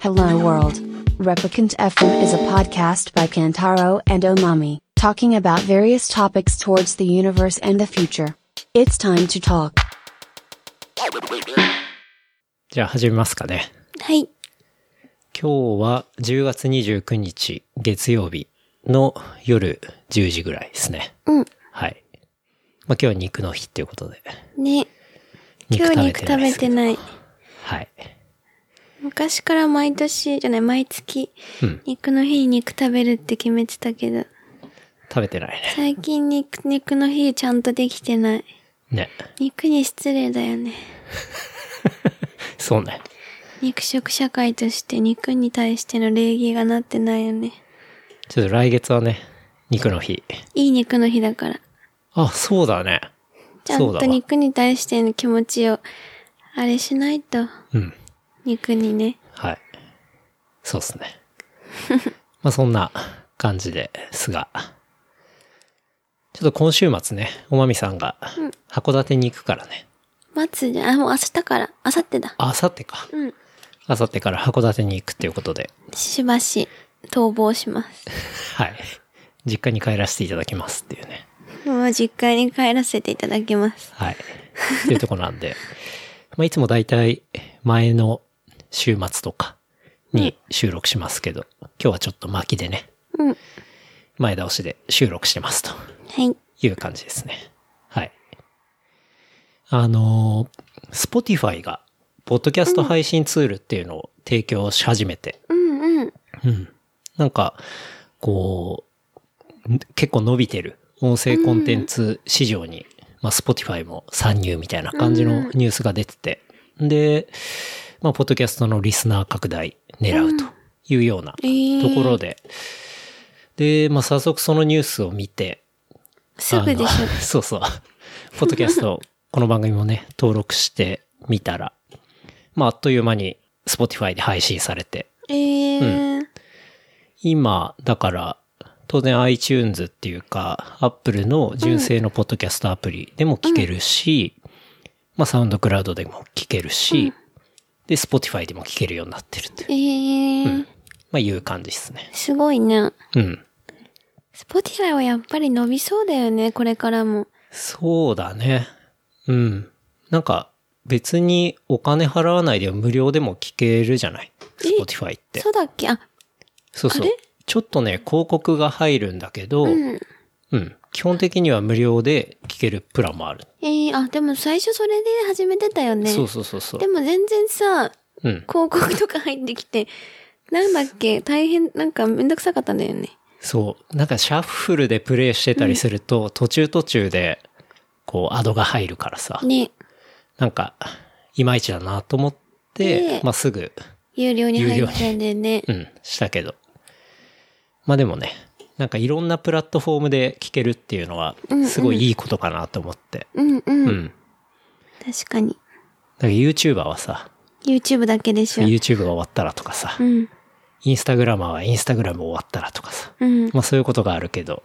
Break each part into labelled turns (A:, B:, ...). A: Hello World. Replicant FM is a podcast by Kantaro and Omami, talking about various topics towards the universe and the future. It's time to talk.
B: じゃあ始めますかね。
C: はい。
B: 今日は10月29日月曜日の夜10時ぐらいですね。
C: うん。
B: はい。まあ今日は肉の日っていうことで。
C: ね。今日肉食べて
B: い。
C: ない。
B: はい。
C: 昔から毎年、じゃない、毎月、
B: うん。
C: 肉の日に肉食べるって決めてたけど、
B: 食べてないね。
C: 最近肉、肉の日ちゃんとできてない。
B: ね。
C: 肉に失礼だよね。
B: そうね。
C: 肉食社会として肉に対しての礼儀がなってないよね。
B: ちょっと来月はね、肉の日。
C: いい肉の日だから。
B: あ、そうだね。
C: ちゃん
B: そうだ
C: と
B: わ
C: 肉に対しての気持ちを、あれしないと、
B: うん。
C: 肉にね。
B: はい。そうっすね。 まあそんな感じですが。ちょっと今週末ね、おまみさんが函館に行くからね。
C: 待つじゃん。あ、もう明日から、明後日だ。
B: あさってか。
C: うん。
B: あさってから函館に行くっていうことで。
C: しばし、逃亡します。
B: はい。実家に帰らせていただきますっていうね。
C: もう実家に帰らせていただきます。
B: はい。っていうとこなん で。まあいつもだいたい前の週末とかに収録しますけど、今日はちょっと巻きでね、
C: うん。
B: 前倒しで収録してますと。
C: はい。
B: いう感じですね。はい。あのー、Spotify が、ポッドキャスト配信ツールっていうのを提供し始めて、
C: うんうん。
B: うん。なんか、こう、ん結構伸びてる音声コンテンツ市場に、まあ、Spotify も参入みたいな感じのニュースが出てて、で、まあ、ポッドキャストのリスナー拡大狙うというような
C: えー
B: ところで、で、まあ、早速そのニュースを見て、
C: すぐでし
B: あの そうそう。ポッドキャス ト、この番組もね、登録してみたら、まあ、あっという間に Spotify で配信されて、
C: ょ。えー。
B: 今、だから、当然 iTunes っていうか、Apple の純正のポッドキャストアプリでも聞けるし、まあ、サウンドクラウドでも聞けるし、で、Spotify でも聞けるようになってるっていう、
C: えー。
B: まあ、いう感じですね。
C: すごいね。
B: うん。
C: スポティファイはやっぱり伸びそうだよね、これからも。
B: そうだね。うん。なんか、別にお金払わないで無料でも聞けるじゃない
C: え
B: ?Spotify って
C: そ。うだっけあ、
B: そうそ
C: あ
B: う
C: れ。
B: ちょっとね、広告が入るんだけど、う。
C: うんん。
B: 基本的には無料で聞けるプランもある。
C: えー、あ、でも最初それで始めてたよね。
B: そうそうそうそう
C: で。も全然さ、
B: うん。
C: 広告とか入ってきて、なんだっけ、大変、なんかめんどくさかったんだよね。
B: そう。なんかシャッフルでプレイしてたりすると、途中途中で、こう、アドが入るからさ、
C: ね。
B: なんか、いまいちだなと思って、
C: ね
B: まあ、すぐ
C: 有料に入ったんだよね。
B: うん、したけど。まあでもね、なんかいろんなプラットフォームで聞けるっていうのは、すごいいいことかなと思って。
C: うんう。
B: うんん。
C: 確かに。
B: だから YouTuber はさ、
C: YouTube だけでしょ。
B: YouTube が終わったらとかさ
C: う、ん。
B: インスタグラマーはインスタグラム終わったらとかさ、
C: うん。
B: まあそういうことがあるけど、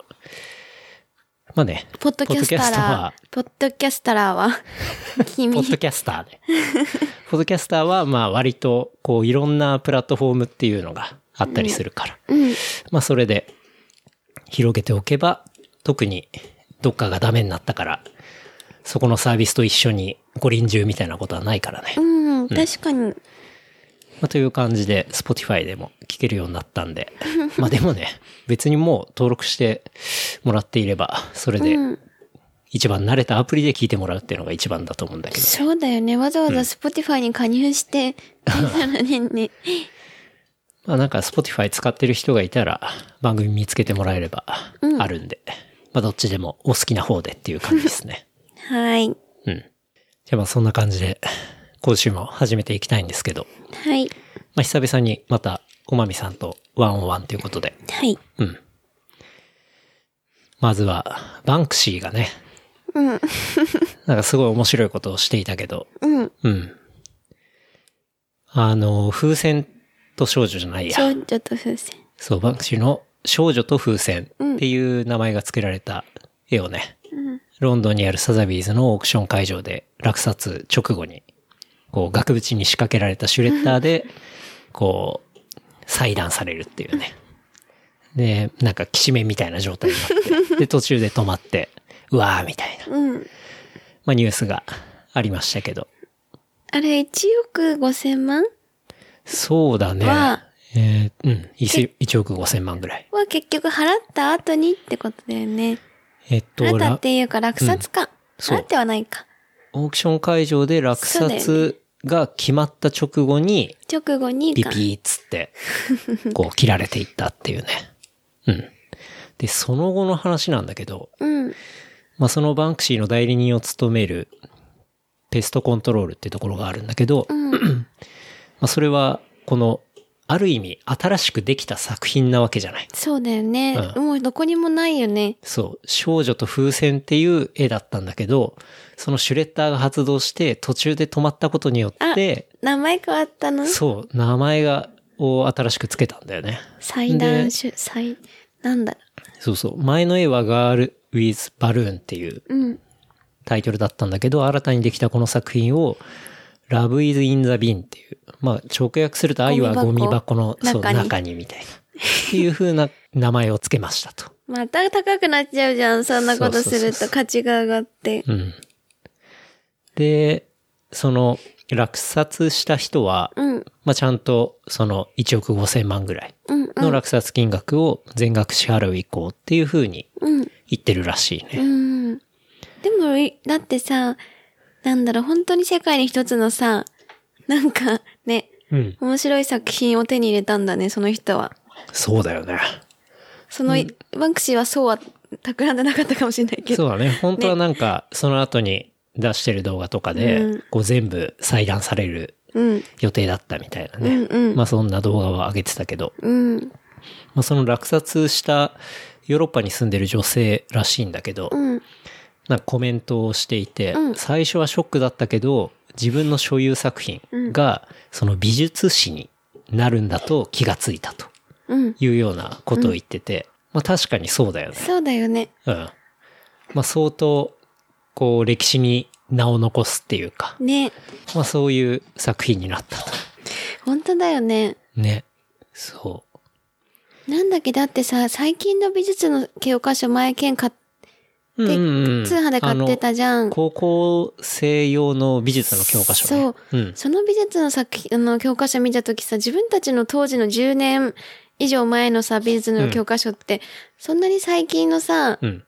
B: まあね、
C: ポッドキャスターら、ポッドキャスター は、君
B: ポ、ッドキャスターで。ポッドキャスターは、まあ割と、こういろんなプラットフォームっていうのがあったりするから、
C: うん、
B: まあそれで広げておけば、特にどっかがダメになったから、そこのサービスと一緒にご臨終みたいなことはないからね。ま
C: うん、確かに、
B: あ、という感じで、Spotify でも聞けるようになったんで。 まあでもね、別にもう登録してもらっていれば、それで
C: うん、
B: 一番慣れたアプリで聞いてもらうっていうのが一番だと思うんだけど。
C: そうだよね。わざわざ Spotify に加入して、 なのにね、
B: まあなんか Spotify 使ってる人がいたら、番組見つけてもらえればあるんで、まあどっちでもお好きな方でっていう感じですね。
C: はい、
B: うん。じゃあまあそんな感じで、今週も始めていきたいんですけど、
C: はい、
B: まあ久々にまた、おまみさんとワンオンワンということで、
C: はい。
B: うん。まずは、バンクシーがね、
C: うん、
B: なんかすごい面白いことをしていたけど、
C: うん、
B: うん。あの、風船と少女じゃないや。
C: 少女と風船。
B: そう、バンクシーの少女と風船っていう名前が付けられた絵をね、ロンドンにあるサザビーズのオークション会場で落札直後に、こう、額縁に仕掛けられたシュレッダーで、こう、裁断されるっていうね。で、なんか、きしめんみたいな状態になって、で、途中で止まって、うわーみたいな、
C: うん。
B: まあ、ニュースがありましたけど。
C: あれ、1億5千万
B: そうだね
C: は。
B: えーうん、1, 億5千万ぐらい。
C: は結局払った後にってことだよね。
B: えっと、
C: 払った
B: ら
C: っていうか落札か。
B: そう
C: 払ってはないか。
B: オークション会場で落
C: そう
B: 札が決まった直後に、
C: 直後に
B: ピ
C: か。
B: ピーっつ って、こう切られていったっていうね。うん。で、その後の話なんだけど、
C: うん。
B: まあ、そのバンクシーの代理人を務めるペストコントロールっていうところがあるんだけど、ま あ、それは、この、ある意味新しくできた作品なわけじゃない。
C: そうだよね。
B: う
C: もうどこにもないよね。
B: そう、少女と風船っていう絵だったんだけど、そのシュレッダーが発動して途中で止まったことによって、
C: 名前変わったの
B: そう、名前が、を新しくつけたんだよね。
C: 祭壇主、祭、なんだろ
B: そうそう。前の絵はガール・ウィズ・バルーンっていう
C: う。うん。
B: タイトルだったんだけど、新たにできたこの作品を、ラブ・イズ・イン・ザ・ビンっていう、まあ直訳すると愛はゴ
C: ゴミ
B: ミ
C: 箱
B: 箱のそう
C: 中に
B: 中にみたいな。っていう風な名前をつけましたと。
C: また高くなっちゃうじゃん。そんなこと
B: そ
C: す
B: うそう
C: る
B: そうそ
C: と
B: う
C: 価値が上がって。
B: うん。で、その、落札した人は、
C: うん。
B: まあ、ちゃんと、その、1億5千万ぐらい
C: うん。
B: の落札金額を全額支払う意向っていう風に
C: うん。
B: 言ってるらしいね。
C: うん。でも、いだってさ、なんだろう、本当に世界に一つのさ、なんかね、
B: うん。
C: 面白い作品を手に入れたんだね、その人は。
B: そうだよね。
C: その、バンクシーはそうは企んでなかったかもしれないけ
B: そ
C: ど。
B: うだね。本当はなんか、その後に出してる動画とかで、
C: うん
B: こう全部裁断される
C: うん。
B: 予定だったみたいな
C: う
B: ね。
C: んうん。
B: まあ、そんな動画を上げてたけど、
C: うん。
B: まあ、その落札したヨーロッパに住んでる女性らしいんだけど、
C: うん。
B: なんかコメントをしていて、
C: うん
B: 最初はショックだったけど、自分の所有作品が、その美術史になるんだと気がついたと
C: うん。
B: いうようなことを言ってて、まあ確かにそうだよね。
C: そうだよね。
B: うん。まあ相当、こう歴史に名を残すっていうか、
C: ね。
B: まあそういう作品になったと。
C: 本当だよね。
B: ね。そ
C: なんだっけ、だってさ、最近の美術の教科書前券買っ
B: う。
C: で
B: うんうんうん
C: 通販で買って
B: あ
C: たじゃん
B: の。高校生用の美術の教科書ね。
C: そう。
B: ん。
C: その美術の作品、あの、教科書見たときさ、自分たちの当時の10年以上前のさ、美術の教科書って、そんなに最近のさ、
B: うん。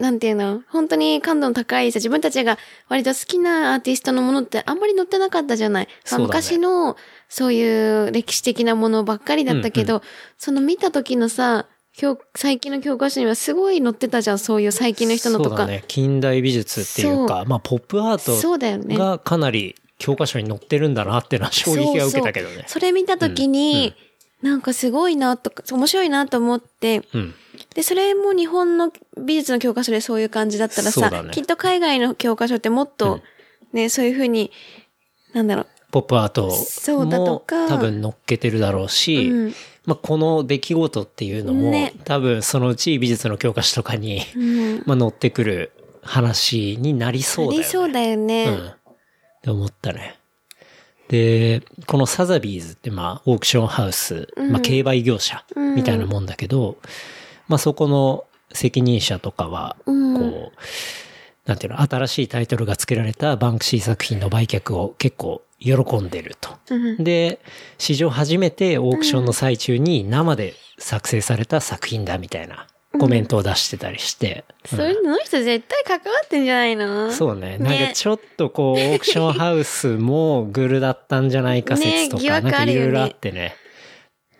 C: なんていうの、本当に感度の高いさ、自分たちが割と好きなアーティストのものってあんまり載ってなかったじゃない。ま
B: そ
C: あ
B: うだね
C: 昔の、そういう歴史的なものばっかりだったけど、その見た時のさ、教最近の教科書にはすごい載ってたじゃん、そういう最近の人のと
B: そ
C: か。
B: うだね。近代美術っていうか、まあポップアート
C: そうだよね。
B: がかなり教科書に載ってるんだなってのは衝撃は受けたけどね。
C: それ見た時に、なんかすごいなとか、面白いなと思って、
B: うん。
C: で、それも日本の美術の教科書でそういう感じだったら
B: そう
C: さ、
B: だね
C: きっと海外の教科書ってもっ
B: う
C: と、
B: ん
C: ね、そういうふうに、なんだろ
B: ポップアート
C: そうだと
B: も
C: か
B: 多分載っけてるだろう
C: う、
B: し、
C: うん、
B: まあ、この出来事っていうのも、
C: ね
B: 多分そのうち美術の教科書とかに、
C: うん。
B: まあ、載ってくる話になりそうだよ
C: り
B: ね。
C: そうだよね。
B: うん。って思ったね。で、このサザビーズってまあオークションハウス、まあ競売業者みたいなもんだけど、まあそこの責任者とかは、こう、なんていうの、新しいタイトルが付けられたバンクシー作品の売却を結構喜んでると。で、史上初めてオークションの最中に生で作成された作品だみたいなコメントを出してたりして。
C: それ、その人絶対関わってんじゃないの
B: そうね。なんか
C: ね
B: ちょっと こう、オークションハウスもグルだったんじゃないか説とか、
C: ね疑
B: なん
C: 惑
B: か
C: ある
B: い
C: よね
B: ろいろあってね。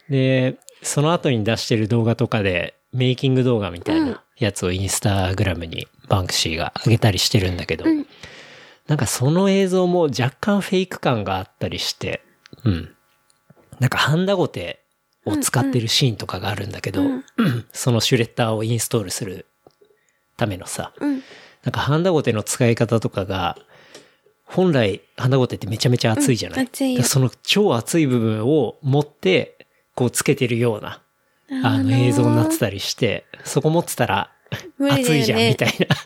B: で、その後に出してる動画とかで、メイキング動画みたいなやつをインスタグラムにバンクシーが上げたりしてるんだけど、なんかその映像も若干フェイク感があったりして、うん。なんかハンダゴテを使ってるシーンとかがあるんだけど、そのシュレッダーをインストールするためのさ、
C: うん。
B: なんかハンダゴテの使い方とかが、本来ハンダゴテってめちゃめちゃ熱いじゃない、
C: うん熱いよ
B: だからその超熱い部分を持って、こうつけてるような、あの映像になってたりして、そこ持ってたら、
C: 無理だよね
B: 熱いじゃんみたいな。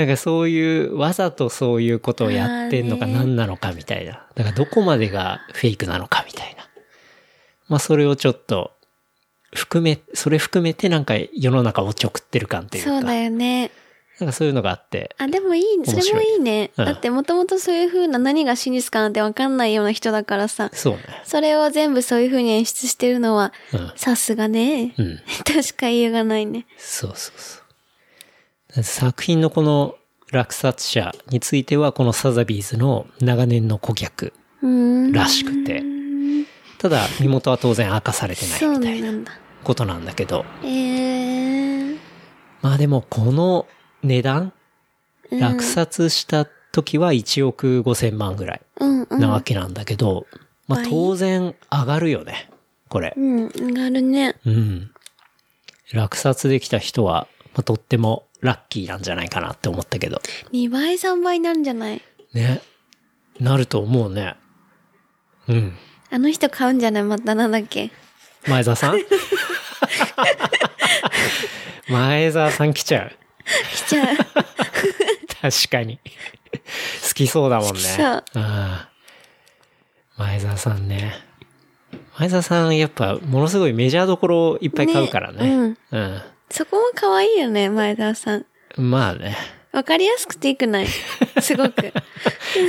B: なんかそういう、わざとそういうことをやってんのか
C: あーね
B: 何なのかみたいな。だからどこまでがフェイクなのかみたいな。まあそれをちょっと、含め、それ含めてなんか世の中をちょくってる感っていうか、
C: そうだよね。
B: なんかそういうのがあって、
C: あ、でもいい、それもいいね。
B: うん
C: だってもともとそういう風な何が真実かなんてわかんないような人だからさ、
B: そうね。
C: それを全部そういう風に演出してるのは、
B: うん。
C: さすがね。
B: うん。
C: としか言いようがないね。
B: そうそうそう。作品のこの落札者については、このサザビーズの長年の顧客
C: うーん。
B: らしくて、ただ身元は当然明かされてな
C: そ
B: いうみ
C: な
B: たいなん
C: だ。
B: ことなんだけど、
C: えー。
B: まあでもこの値段、
C: うん
B: 落札した時は1億5千万ぐらい
C: うんうん。
B: なわけなんだけど、まあ
C: はい
B: 当然上がるよね、これ
C: う。ん、なるね。
B: うん。落札できた人は、まあ、とってもラッキーなんじゃないかなって思ったけど。
C: 2倍、3倍になるんじゃない
B: ね。なると思うね。うん。
C: あの人買うんじゃないまたなんだっけ
B: 前澤 さん前澤さん来ちゃう。
C: 来ちゃう。
B: 確かに。好きそうだもんね。
C: 好きそう
B: ああ前澤さんね。前澤さんやっぱものすごいメジャーどころをいっぱい買うからね。
C: ね
B: うん。
C: そこも可愛いよね、前澤さん。
B: まあね。
C: わかりやすくていいくないすごく。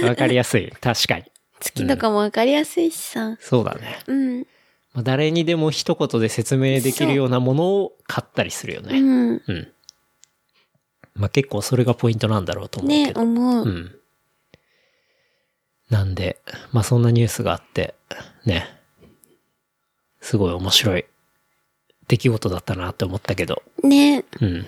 B: わかりや すい。確かに。
C: 月とかもわかりやすいしさ。
B: そうだね。
C: うん。
B: まあ誰にでも一言で説明できるようなものを買ったりするよ
C: う
B: ね。
C: ん。
B: うん。まあ結構それがポイントなんだろうと思う
C: ね
B: け、ど。
C: 思
B: う
C: う。
B: ん。なんで、まあそんなニュースがあって、ね。すごい面白い出来事だったなって思ったけど。
C: ね。
B: うん。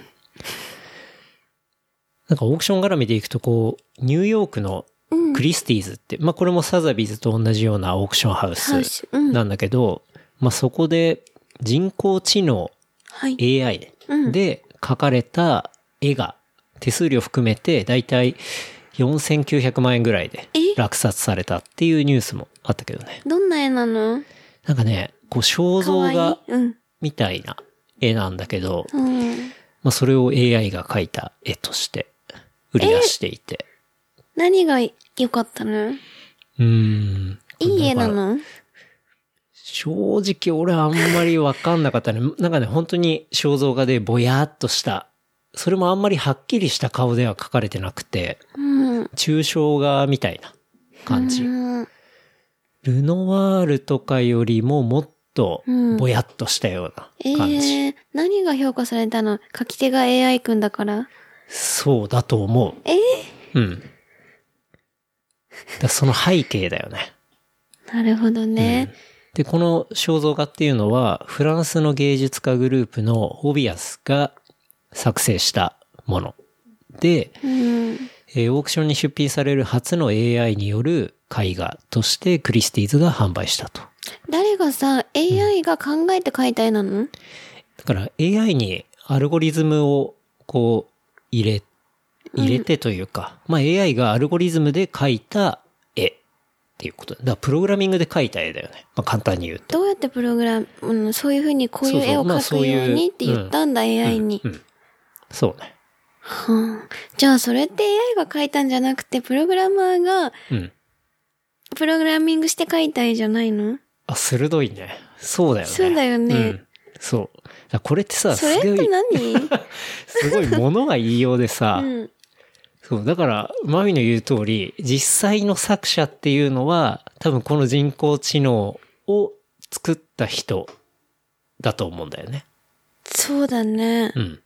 B: なんかオークション絡みでいくとこう、ニューヨークの
C: うん
B: ク。リスティーズって、まあこれもサザビーズと同じようなオークションハウ
C: ハウス
B: ス
C: うん
B: なんだけど、まあそこで人工知能
C: はい。
B: AI
C: うん
B: で描かれた絵が手数料含めてだいたい4900万円ぐらいで
C: え
B: 落札されたっていうニュースもあったけどね。
C: どんな絵なの
B: なんかね、こう肖
C: か
B: 像
C: わいい。
B: 画
C: うん。
B: みたいな絵なんだけど、
C: うん。
B: まあそれを AI が描いた絵として売り出していて。
C: 何が良かったの
B: うーん。
C: いい絵な
B: だから
C: の
B: 正直俺あんまりわかんなかったね。 なんかね、本当に肖像画でぼやーっとした。それもあんまりはっきりした顔では描かれてなくて、
C: うん。
B: 抽象画みたいな感じ。
C: うん
B: ルノワールとかよりももっと
C: うん
B: ぼやっとしたよう
C: え
B: な感じ。
C: えー、何が評価されたの書き手が AI 君だから
B: そうだと思う。
C: ええ
B: うん。だその背景だよね。
C: なるほどね。
B: で、この肖像画っていうのは、フランスの芸術家グループのオビアスが作成したもの。で、
C: うん。
B: えーオークションに出品される初の AI による絵画としてクリスティーズが販売したと。
C: 誰がさ、AI が考えて書いた絵なの
B: だから AI にアルゴリズムをこう入れ、入れてというか、まあ AI がアルゴリズムで描いた絵っていうこと。だからプログラミングで描いた絵だよね。まあ簡単に言うと。
C: どうやってプログラム、うんそういうふうにこういう
B: そう
C: 絵を
B: そうまあ
C: 描くようにって
B: そういう
C: 言ったんだ、AI に
B: う。ん。そうね。
C: はあじゃあそれって AI が描いたんじゃなくて、プログラマーが
B: うん。
C: プログラミングして描いた絵じゃないの
B: あ、鋭いね。そうだよね。
C: そうだよね
B: うんそう。だからこれってさ、
C: そ
B: す
C: れっ
B: ご
C: て
B: い、
C: 何
B: すごいものが言いようでさ、
C: うん。
B: そう、だから、マミの言う通り、実際の作者っていうのは、多分この人工知能を作った人だと思うんだよね。
C: そうだね。
B: うん。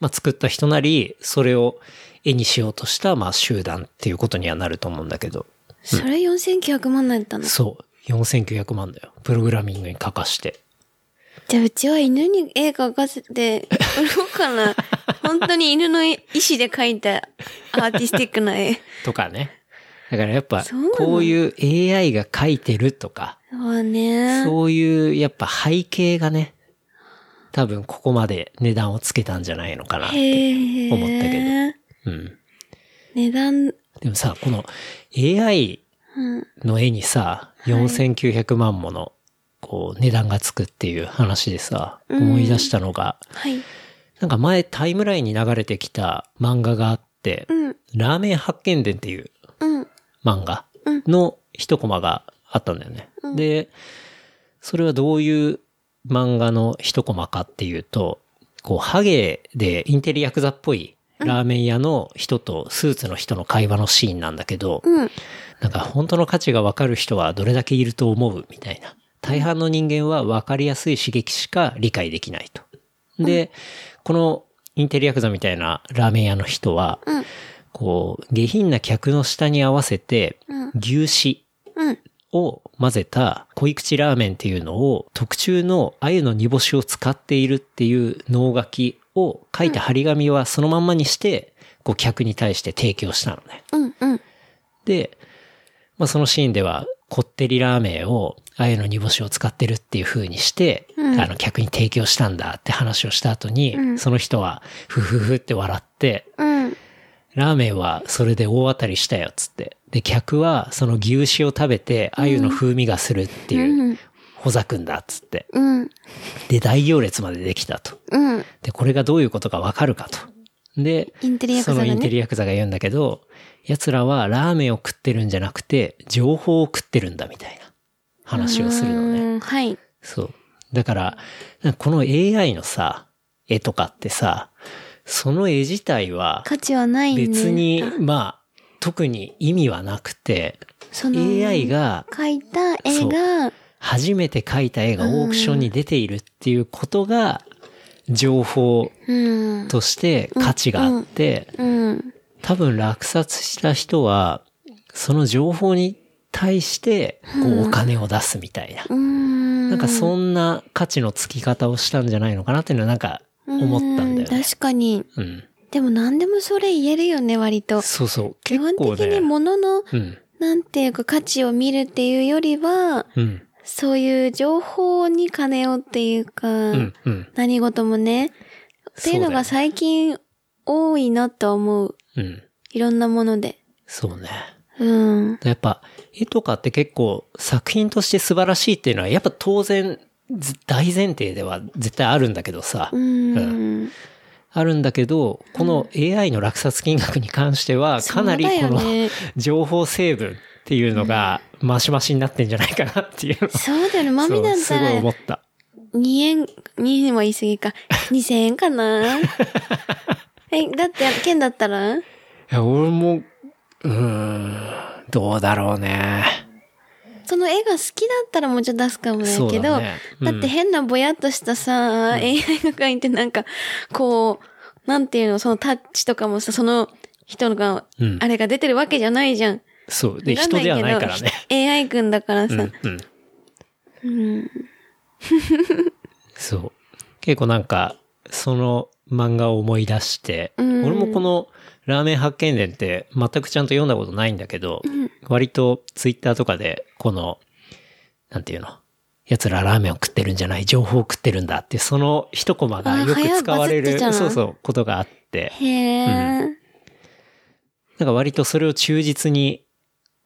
B: まあ、作った人なり、それを絵にしようとした、まあ、集団っていうことにはなると思うんだけど。
C: それ4900万なんだったの。
B: そう。4900万だよ。プログラミングに欠かして。
C: じゃあうちは犬に絵描かせて 売ろうかな。本当に犬の意思で描いたアーティスティックな絵。
B: とかね。だからやっぱ
C: そうなの、
B: こういう AI が描いてるとか、
C: そうね。
B: そういう、やっぱ背景がね、多分ここまで値段をつけたんじゃないのかな。
C: へえ。
B: 思ったけうん。
C: 値段、
B: でもさ、この AI
C: うん。
B: の絵にさ、4900万もの、こう、値段がつくっていう話でさ、
C: うん
B: 思い出したのが、
C: はい。
B: なんか前タイムラインに流れてきた漫画があって、
C: うん。
B: ラーメン発見伝っていう
C: うん。
B: 漫画の一コマがあったんだよね。で、それはどういう漫画の一コマかっていうと、こう、ハゲでインテリヤクザっぽいラーメン屋の人とスーツの人の会話のシーンなんだけど、
C: うん。
B: なんか本当の価値がわかる人はどれだけいると思うみたいな。大半の人間はわかりやすい刺激しか理解できないと。で、このインテリヤクザみたいなラーメン屋の人は、
C: うん。
B: こう、下品な客の下に合わせて、
C: うん。
B: 牛
C: うん。
B: 脂を混ぜた濃い口ラーメンっていうのを特注の鮎の煮干しを使っているっていう能書きを書いた張り紙はそのまんまにして、こう客に対して提供したのね。
C: うん。うん。
B: で、まあ、そのシーンでは、こってりラーメンを、あゆの煮干しを使ってるっていう風にして、
C: うん
B: あの、客に提供したんだって話をした後に、
C: うん
B: その人は、ふふふって笑って、
C: うん。
B: ラーメンはそれで大当たりしたよ、つって。で、客は、その牛脂を食べて、あゆの風味がするっていう、ほざくんだ、つって。
C: うん。
B: で、大行列までできたと。
C: うん。
B: で、これがどういうことかわかるかと。で、
C: インテリヤクザが
B: そのインテ
C: ね。
B: リヤクザが言うんだけど、奴らはラーメンを食ってるんじゃなくて、情報を食ってるんだみたいな話をするのね。
C: ね。はい。
B: そう。だから、なんかこの AI のさ、絵とかってさ、その絵自体は
C: 価値はないね。
B: 別に、まあ、特に意味はなくて、
C: その
B: AI が
C: 描いた絵が、
B: 初めて描いた絵がオークションに出ているっていうことが、情報
C: うん。
B: として価値があって、
C: うん。
B: 多分落札した人は、その情報に対して、こう、お金を出すみたいな。
C: うん。
B: なんかそんな価値の付き方をしたんじゃないのかなっていうのはなんか思ったんだよ
C: う
B: ね。
C: 確かに。
B: うん。
C: でも何でもそれ言えるよね、割と。
B: そうそう。
C: 基
B: 結
C: 本
B: 構
C: 的に
B: ね。
C: 物の、
B: うん。
C: なんていうか価値を見るっていうよりは、
B: うん。
C: そういう情報に金をっていうか、
B: うん。うん。
C: 何事もね。っていうのが
B: そう
C: 最近多いなと思う。
B: うん。
C: いろんなもので。
B: そうね。
C: うん。
B: やっぱ、絵とかって結構作品として素晴らしいっていうのは、やっぱ当然、ず大前提では絶対あるんだけどさ。
C: うん。
B: あるんだけど、この AI の落札金額に関しては、かなりこ
C: そう
B: の、
C: だよ ね
B: 情報成分っていうのが、マシマシになってんじゃないかなっていうのを
C: そうだよね。マミだっ
B: そうす
C: た
B: ごい
C: ら
B: 思った。
C: 2円、2円は言い過 ぎか。2000円かなえ、だって、剣だったら
B: いや、俺も、うーん、どうだろうね。
C: その絵が好きだったらもうちょっと出すかもだけ
B: そう
C: ど、だ
B: だねうん
C: って変なぼやっとしたさ、AI が描いてなんか、こう、なんていうの、そのタッチとかもさ、その人が
B: うん、
C: あれが出てるわけじゃないじゃん。
B: そう。で、
C: わかん
B: 人ではないからね。
C: けど。AI 君だから
B: う
C: さ。
B: ん、うん。
C: うん。
B: そう。結構なんか、その漫画を思い出して、
C: うん
B: 俺もこのラーメン発見伝って全くちゃんと読んだことないんだけど、割とツイッターとかで、この、なんていうの、奴らラーメンを食ってるんじゃない、情報を食ってるんだって、その一コマがよく使われ
C: あ流行バズって
B: る
C: た、な
B: そうそう、ことがあって、
C: へえ、
B: なんか割とそれを忠実に、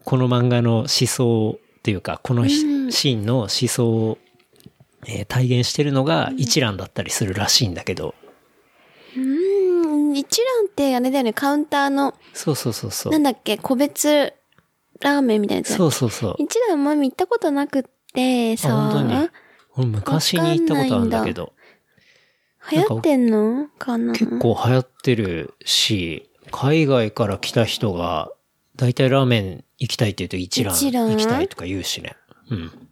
B: この漫画の思想っていうか、このひ、
C: うん
B: シーンの思想を、えー体現してるのが一覧だったりするらしいんだけど、
C: うん。一覧ってあれだよね、カウンターの、
B: そうそうそうそ
C: なん
B: う。
C: だっけ、個別ラーメンみたいなやつだっけ
B: そうそうそう。
C: 一覧まみ行ったことなくって
B: あ
C: さ、
B: 本当に俺昔に行ったことあるんだけど、
C: 流行ってんのかな
B: 結構流行ってるし、海外から来た人が、だいたいラーメン行きたいって言うと一覧
C: 一蘭
B: 行きたいとか言うしね。うん。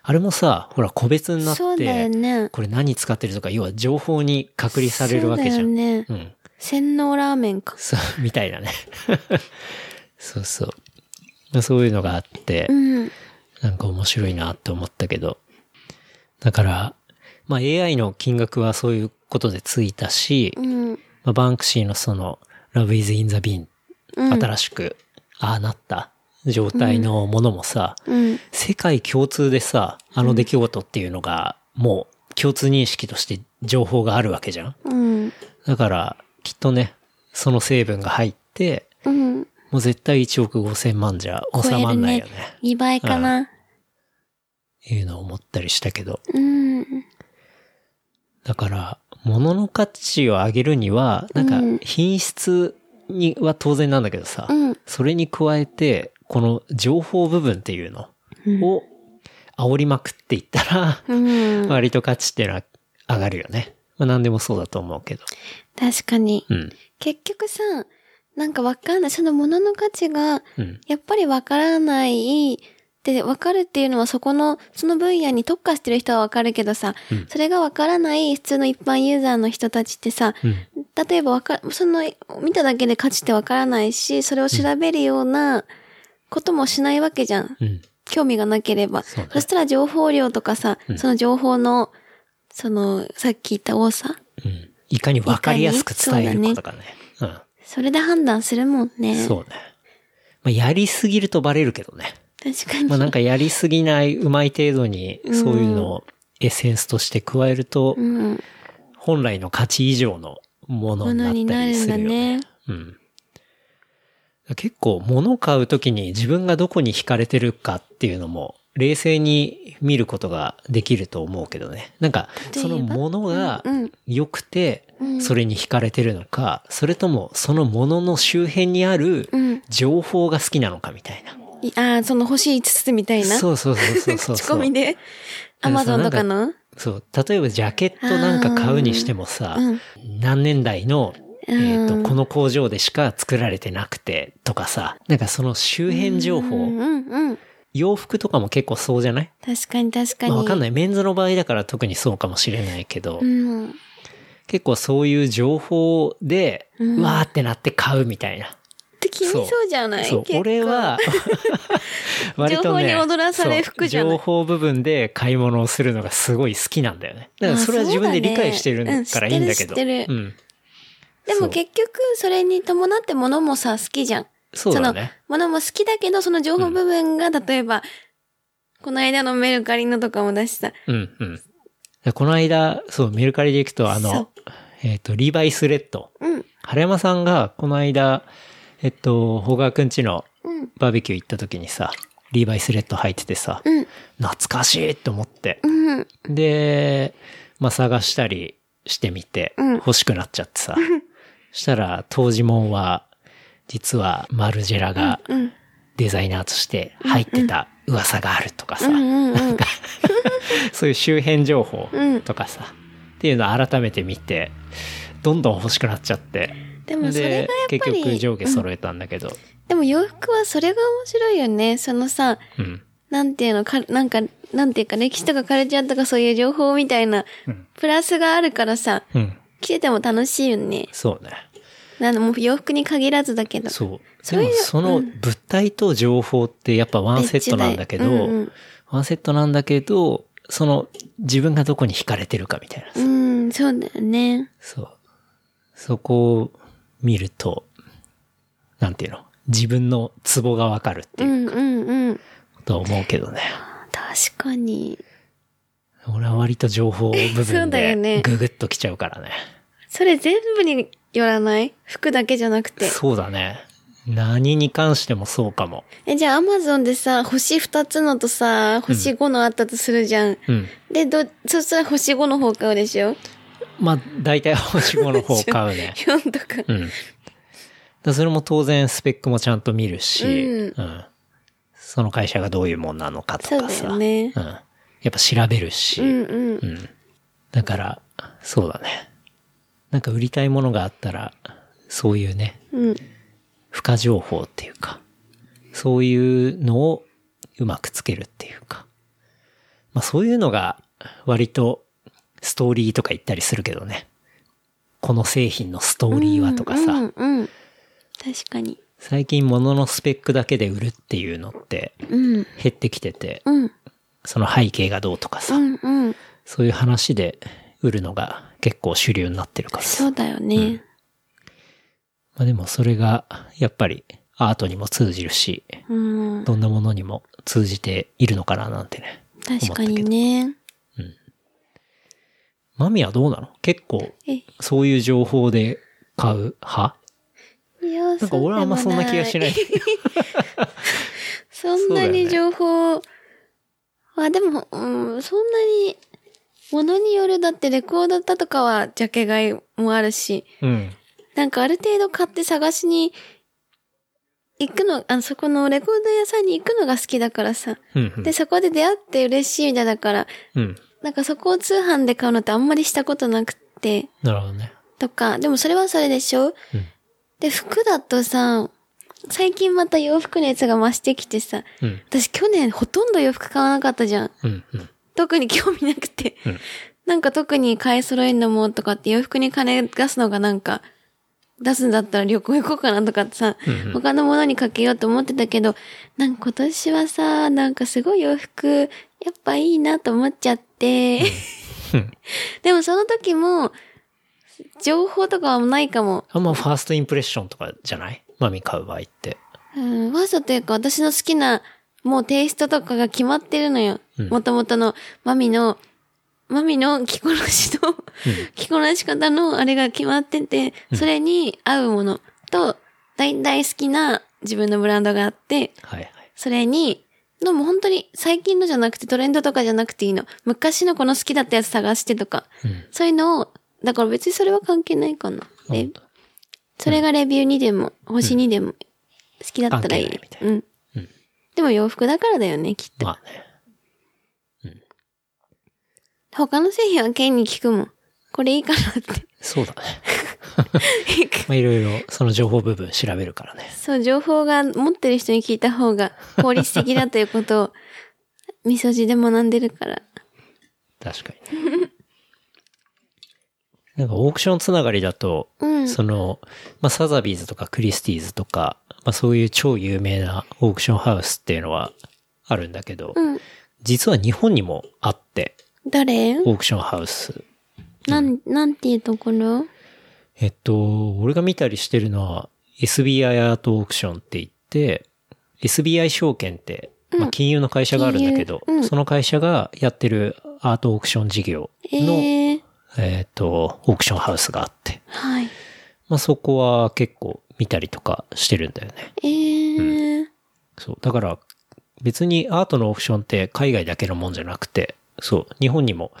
B: あれもさ、ほら個別になっ
C: そうだよ
B: て、
C: ね。
B: これ何使ってるとか、要は情報に隔離されるわけじゃ。
C: そうんだよね
B: う。ん。
C: 洗脳ラーメンか。
B: そう、みたいなね。 そうそう。まあそういうのがあって、
C: うん。
B: なんか面白いなって思ったけど。だから、まあ AI の金額はそういうことでついたし、
C: うん。
B: まあ、バンクシーのその、Love is in the Bean、
C: うん。
B: 新しく、ああなった状態のものもさ、
C: うん。
B: 世界共通でさ、あの出来事っていうのが、もう共通認識として情報があるわけじゃん。
C: うん。
B: だから、きっとね、その成分が入って、
C: うん。
B: もう絶対1億5千万じゃ収まんないよね。
C: 2倍かな。
B: いうのを思ったりしたけど。
C: うん。
B: だから、物の価値を上げるには、なんか、品質には当然なんだけどさ、
C: うん。
B: それに加えて、この情報部分っていうのを煽りまくっていったら、
C: うん。
B: 割と価値ってのは上がるよね。まあ何でもそうだと思うけど。
C: 確かに。
B: うん。
C: 結局さ、なんかわかんない。その物の価値が、
B: うん。
C: やっぱりわからない。で、わかるっていうのはそこの、その分野に特化してる人はわかるけどさ、
B: うん
C: それがわからない普通の一般ユーザーの人たちってさ、
B: うん。
C: 例えばわか、その、見ただけで価値ってわからないし、それを調べるようなこともしないわけじゃん。
B: うん。
C: 興味がなければ。
B: そうね
C: そしたら情報量とかさ、
B: うん
C: その情報の、その、さっき言った多さ
B: うん。いかに分かりやすく伝えることかね。
C: それで判断するもん
B: う
C: ね。
B: ん。そうね。まあやりすぎるとバレるけどね。
C: 確かに。
B: まあなんかやりすぎない、うまい程度に、そういうのをエッセンスとして加えると
C: う、ん。
B: 本来の価値以上のもの
C: もの
B: に
C: に
B: なった
C: な
B: り
C: るん
B: す
C: だ
B: るよね。
C: ね。
B: うん。結構物を買うときに自分がどこに惹かれてるかっていうのも冷静に見ることができると思うけどね。なんか
C: 例えば
B: その物が
C: うん
B: 良くて
C: うん
B: それに惹かれてるのか、それともその物の周辺にある
C: うん。
B: 情報が好きなのかみたいな。
C: いああ、その欲しい5つみたいな。
B: そうそうそうそうそう。
C: 口コミで。アマゾンとかの
B: そう。例えばジャケットなんか買うにしてもさ、
C: うん
B: 何年代の、えー
C: うん
B: と、この工場でしか作られてなくてとかさ、なんかその周辺情報、
C: うんうんうん。
B: 洋服とかも結構そうじゃない
C: 確かに確
B: ま
C: かに。
B: あわかん
C: ない。
B: ない。メンズの場合だから特にそうかもしれないけど、
C: うん。
B: 結構そういう情報で、
C: うん
B: うわーってなって買うみたいな。
C: って君
B: そう
C: そうじゃない
B: そう、
C: 結構
B: 俺 は、割とね、
C: 情報に踊らされ服じゃない
B: そう情報部分で買い物をするのがすごい好きなんだよね。だからそれは自分で理解してる
C: あそ
B: か
C: うだ
B: ら
C: ね
B: いいんだけど。
C: うん知ってる知って
B: うん。
C: で
B: そ
C: も
B: う
C: 結局、それに伴って物もさ、好きじゃん。
B: そうだね。
C: その、物も好きだけど、その情報部分が、例えば、この間のメルカリのとかもだしさ、
B: うんうん。この間、そう、メルカリで行くと、あ
C: そう
B: の、えっ、と、リーバイスレッド。
C: うん、
B: 原山さんが、この間、えっと、ほがくんちの
C: うん、
B: バーベキュー行った時にさ、リーバイスレッド履いててさ、
C: うん、
B: 懐かしいって思って。
C: うん、
B: で、まあ、探したりしてみて、
C: うん
B: 欲しくなっちゃ ってさ。したら、当時もんは、実はマルジェラが
C: うん、
B: デザイナーとして入ってた噂があるとかさ、
C: うん、うん、うん、
B: そういう周辺情報
C: うん
B: とかさ、っていうのを改めて見て、どんどん欲しくなっちゃって。
C: でもそれ
B: で
C: がや、っぱ
B: 結
C: り、
B: 局上下揃えたんだけど、
C: でも洋服はそれが面白いよね。そのさ、
B: うん。
C: なんていうのか、なんか、なんていうか、歴史とかカルチャーとかそういう情報みたいな、プラスがあるからさ、
B: うん。
C: 着てても楽しいよね。
B: そうね。
C: なんでもう洋服に限らずだけど。
B: そう。
C: そ
B: で
C: れ
B: もその物体と情報ってやっぱワンセットなんだけど、
C: 別だようんうん
B: ワンセットなんだけど、その自分がどこに惹かれてるかみたいな。
C: うん、そうだよね。
B: そう。そこを見ると、なんていうの自分のツボがわかるって
C: う、
B: いうん
C: うん、うん。
B: とは思うけどね。
C: 確かに。
B: 俺は割と情報部
C: そ
B: 分
C: うだよね
B: でググッときちゃうからね。
C: それ全部によらない服だけじゃなくて。
B: そうだね。何に関してもそうかも。
C: え、じゃあアマゾンでさ、星2つのとさ、星5のあったとするじゃん。
B: うん。
C: で、ど、そしたら星5の方買うでしょ
B: まあ、大 体星5の方買うね。
C: ?4 とか。
B: うん。だからそれも当然スペックもちゃんと見るし、
C: う
B: うんその会社がどういうもんなのかとか
C: そ
B: さ。
C: うだよね
B: うん。やっぱ調べるし、
C: うんうん。
B: だから、そうだね。なんか売りたいものがあったら、そういうね、
C: うん。
B: 付加情報っていうか、そういうのをうまくつけるっていうか。まあそういうのが割とストーリーとか言ったりするけどね。この製品のストーリーはとかさ、
C: うんうん。確かに。
B: 最近物のスペックだけで売るっていうのって
C: うん。
B: 減ってきてて、
C: うん。
B: その背景がどうとか
C: う
B: さ、
C: んうん。
B: そういう話で売るのが結構主流になってるからさ
C: そうだよね。
B: まあでもそれがやっぱりアートにも通じるし、
C: うん。
B: どんなものにも通じているのかななんてね。
C: 確かにね。
B: マミはどうなの結構
C: え、い
B: そういう情報で買う派
C: や、
B: なんか俺はあんまそんな気が しない。
C: そんなに
B: そうだ
C: 情報、あ、でも、うん、そんなに、ものによるだってレコードだとかはジャケ買いもあるし、
B: うん。
C: なんかある程度買って探しに行くの、あの、そこのレコード屋さんに行くのが好きだからさ。
B: うんうん
C: で、そこで出会って嬉しいみたいだから、
B: うん。
C: なんかそこを通販で買うのってあんまりしたことなくて、
B: なるほどね。
C: とか、でもそれはそれでしょ、で、服だとさ、最近また洋服熱が増してきてさ、
B: うん。
C: 私去年ほとんど洋服買わなかったじゃん。
B: うん。うん。
C: 特に興味なくて。
B: うん
C: なんか特に買い揃えんのもとかって洋服に金出すのがなんか、出すんだったら旅行行こうかなとかってさ、
B: うんうん
C: 他のものにかけようと思ってたけど、なんか今年はさ、なんかすごい洋服、やっぱいいなと思っちゃって、
B: うん。
C: でもその時も、情報とかはないかも。
B: あんまファーストインプレッションとかじゃないマミ買う場合って。
C: うん、わざというか私の好きな、もうテイストとかが決まってるのよ
B: う。ん
C: もともとの、マミの、マミの着こなしの、 着こなし方のあれが決まってて、それに合うものと、だいたい好きな自分のブランドがあって、
B: はいはい。
C: それに、でも本当に最近のじゃなくてトレンドとかじゃなくていいの。昔のこの好きだったやつ探してとか。
B: うん。
C: そういうのを、だから別にそれは関係ないかな。で、それがレビューにでも、星にでも、好きだったらい
B: 関係ない
C: い
B: み。たい
C: うん。でも洋服だからだよね、きっと。
B: まあね。
C: 他の製品はケンに聞くもん。これいいかなって。
B: そうだね。まあいろいろその情報部分調べるからね。
C: そう、情報が持ってる人に聞いた方が効率的だということ を、みそじで学んでるから。
B: 確かにね。 なんかオークションつながりだと、
C: うん。
B: その、まあ、サザビーズとかクリスティーズとか、まあ、そういう超有名なオークションハウスっていうのはあるんだけど、
C: うん。
B: 実は日本にもあって、
C: 誰
B: オークションハウス。
C: なん、なんていうところ
B: えっと、俺が見たりしてるのは SBI アートオークションって言って、SBI 証券って、まあ、金融の会社があるんだけど、
C: 金融うん
B: その会社がやってるアートオークション事業の、えっ、
C: ええー。
B: と、オークションハウスがあって、
C: はい。
B: まあ、そこは結構見たりとかしてるんだよね。
C: ええー。
B: そう。だから、別にアートのオークションって海外だけのもんじゃなくて、そう、日本にも。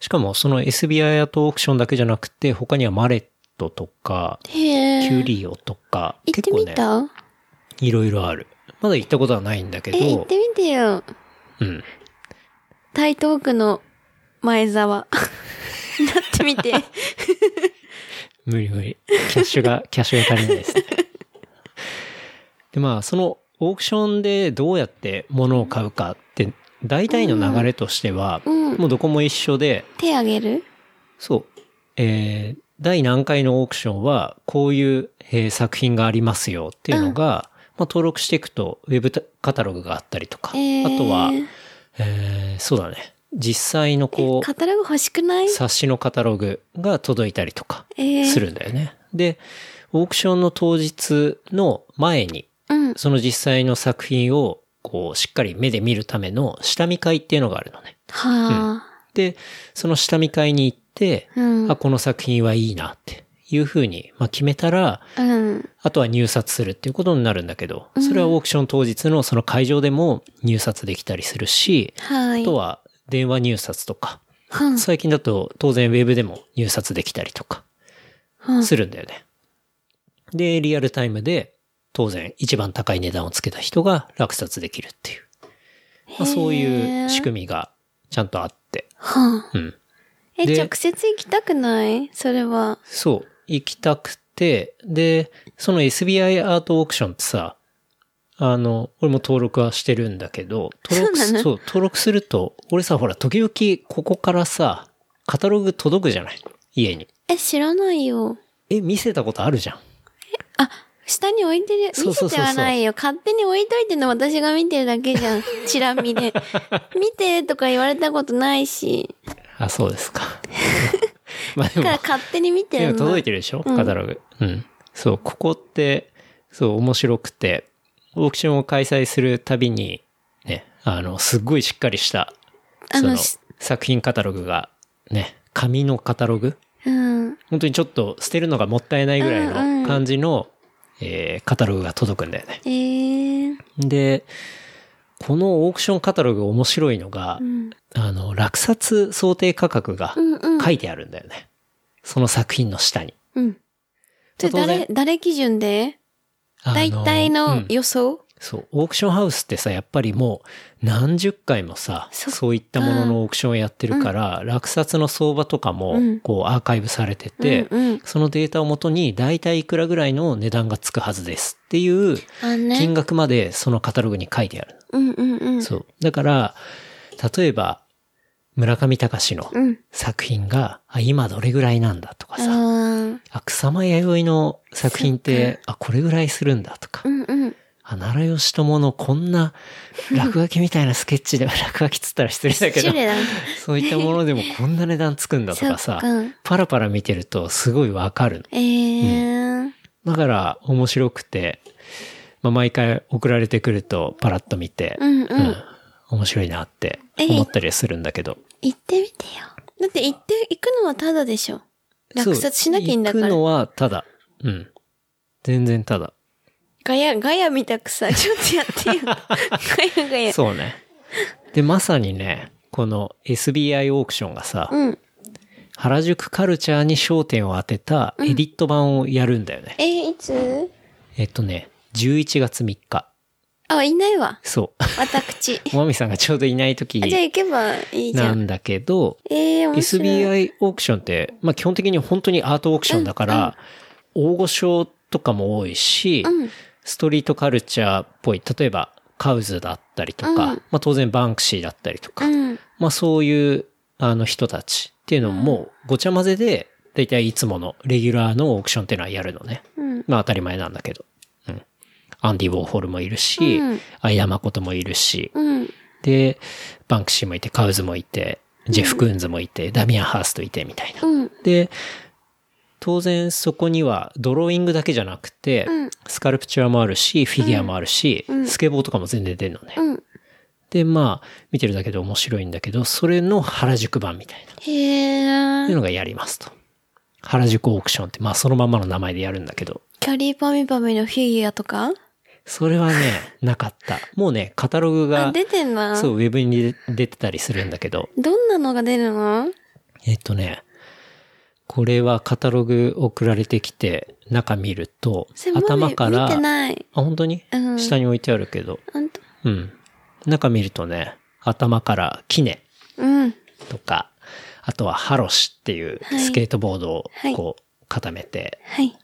B: しかも、その SBI アートオークションだけじゃなくて、他にはマレットとか、
C: へえ。
B: キュリオとか、
C: 行ってみ
B: ね、
C: た、
B: いろいろある。まだ行ったことはないんだけ
C: え、行っ
B: ど、
C: てみてよ。
B: うん。
C: 台東区の前 沢。なってみて。
B: 無理無理。キャッシュ が、キャッシュが足りないですね。で、まあ、そのオークションでどうやって物を買うかって、大体の流れとしては、
C: うん
B: もうどこも一緒で、
C: 手あげる
B: そう。えー第何回のオークションは、こういう、えー作品がありますよっていうのが、まあ、登録していくと、ウェブカタログがあったりとか、
C: えー
B: あとは、えーそうだね。実際のこう、
C: カタログ欲しくない
B: 冊子のカタログが届いたりとか
C: えー
B: するんだよね。で、オークションの当日の前に、
C: うん。
B: その実際の作品を、こう、しっかり目で見るための下見会っていうのがあるのね。
C: はあ。
B: で、その下見会に行って、
C: うん。
B: あ、この作品はいいなっていうふうに、まあ、決めたら、
C: うん。
B: あとは入札するっていうことになるんだけど、それはオークション当日のその会場でも入札できたりするし、
C: はい。
B: あとは電話入札とか、
C: うん
B: 最近だと当然ウェブでも入札できたりとか
C: うん
B: するんだよね。で、リアルタイムで当然一番高い値段をつけた人が落札できるっていう、まあ、そういう仕組みがちゃんとあって、
C: はあ。
B: うん。
C: え、
B: で
C: 直接行きたくないそれは。
B: そう、行きたくて、で、その SBI アートオークションってさ、あの、俺も登録はしてるんだけど、登録す
C: そうなの
B: そう、登録すると、俺さ、ほら、時々ここからさ、カタログ届くじゃない家に。
C: え、知らないよ。
B: え、見せたことあるじゃん。
C: あ、下に置いてる。
B: そ
C: 見
B: うそうそうそう
C: せてはないよ。勝手に置いといてんの私が見てるだけじゃん。チラ見 で。見てとか言われたことないし。
B: あ、そうです か。まあでも
C: だから、勝手に見て
B: で
C: る
B: も
C: の。
B: 届いてるでしょカタログ、うん。そう、ここって、そう、面白くて、オークションを開催するたびに、ね、あの、すっごいしっかりした、
C: あ
B: そ
C: の
B: の、
C: し
B: 作品カタログが、ね、紙のカタログ
C: うん。
B: 本当にちょっと捨てるのがもったいないぐらい
C: うんうん
B: の感じの、えーカタログが届くんだよね。
C: えー。
B: で、このオークションカタログ面白いのが、
C: うん。
B: あの、落札想定価格が
C: うんうん。
B: 書いてあるんだよね。その作品の下に。
C: うん。
B: 当
C: で、
B: 然
C: 誰、誰基準で
B: あの
C: 大体
B: う
C: の
B: ん
C: 予想、
B: そう、オークションハウスってさ、やっぱりもう何十回もさ、
C: そっか
B: そういったもののオークションをやってるから、落札の相場とかも
C: うん、
B: こう、アーカイブされてて、
C: うんうん
B: そのデータをもとに、大体いくらぐらいの値段がつくはずですっていう、
C: あね
B: 金額までそのカタログに書いてある。
C: うんうんうん。
B: そう。だから、例えば、村上隆の
C: うん。
B: 作品が、あ、今どれぐらいなんだとか
C: あ
B: さ、
C: ー
B: あ、草間弥生の作品って、あ、これぐらいするんだとか
C: う、んうん。
B: あ、奈良義朝のこんな落書きみたいなスケッチで、落書きっつったら失礼だけ
C: シ
B: ど
C: ュ、レだ。
B: そういったものでもこんな値段つくんだとか
C: そっ
B: さ
C: か、
B: パラパラ見てるとすごいわかるの。
C: えー。
B: だから面白くて、まあ、毎回送られてくるとパラッと見て、
C: うんうん
B: 面白いなって思ったりはするんだけど。
C: 行ってみてよ。だって行って、行くのはタダでしょ。落札しなきゃいいんだか
B: そう行くの
C: ら。
B: はただ。うん。全然ただ。
C: ガヤ、ガヤみたくさ、ちょっとやって よ。ガヤガヤ。
B: そうね。で、まさにね、この SBI オークションがさ、
C: うん。
B: 原宿カルチャーに焦点を当てたエディット版をやるんだよね。
C: えー、いつ
B: えっとね、11月3日。
C: あ、いないわ。
B: そう。
C: 私。
B: まみさんがちょうどいない時
C: あじゃあ行けばいいじゃ。
B: なんんだけど、
C: えー、面白い。
B: SBI オークションって、まあ、基本的に本当にアートオークションだから、大御所とかも多いし、
C: うん
B: ストリートカルチャーっぽい、例えばカウズだったりとか、
C: うん
B: まあ、当然バンクシーだったりとか、
C: うん。
B: まあ、そういうあの人たちっていうのもごちゃ混ぜで、だいたいいつものレギュラーのオークションっていうのはやるのね。
C: うん。
B: まあ当たり前なんだけど。うん。アンディ・ウォーホルもいるし
C: うん、
B: 相田誠もいるし、
C: うん。
B: で、バンクシーもいて、カウズもいて、ジェフ・クーンズもいて、ダミアン・ハーストいて、みたいな。
C: うん。
B: で、当然そこにはドローイングだけじゃなくて、
C: うん
B: スカルプチュアもあるし、フィギュアもあるし、スケボーとかも全然出るのね。
C: うん。
B: で、まあ、見てるだけで面白いんだけど、それの原宿版みたいな。っ
C: へ
B: ていう
C: ー。
B: のがやりますと。原宿オークションって、まあそのまんまの名前でやるんだけど、
C: キャリーパミパミのフィギュアとか
B: それは ね、なかった。もうね、カタログ
C: あ、
B: が、
C: 出てんな。
B: そう、ウェブに出てたりするんだけど、
C: どんなのが出るの
B: えっとね、これはカタログ送られてきて、中見ると
C: それ、
B: 頭から、
C: 見て
B: あ、
C: ない。
B: 本当に、
C: うん
B: 下に置いてあるけど、
C: ほんと
B: うん。中見るとね、頭からキネ
C: うん。
B: とか、あとはハロシっていう
C: はい
B: スケートボードを
C: はい
B: こう固めて
C: はい。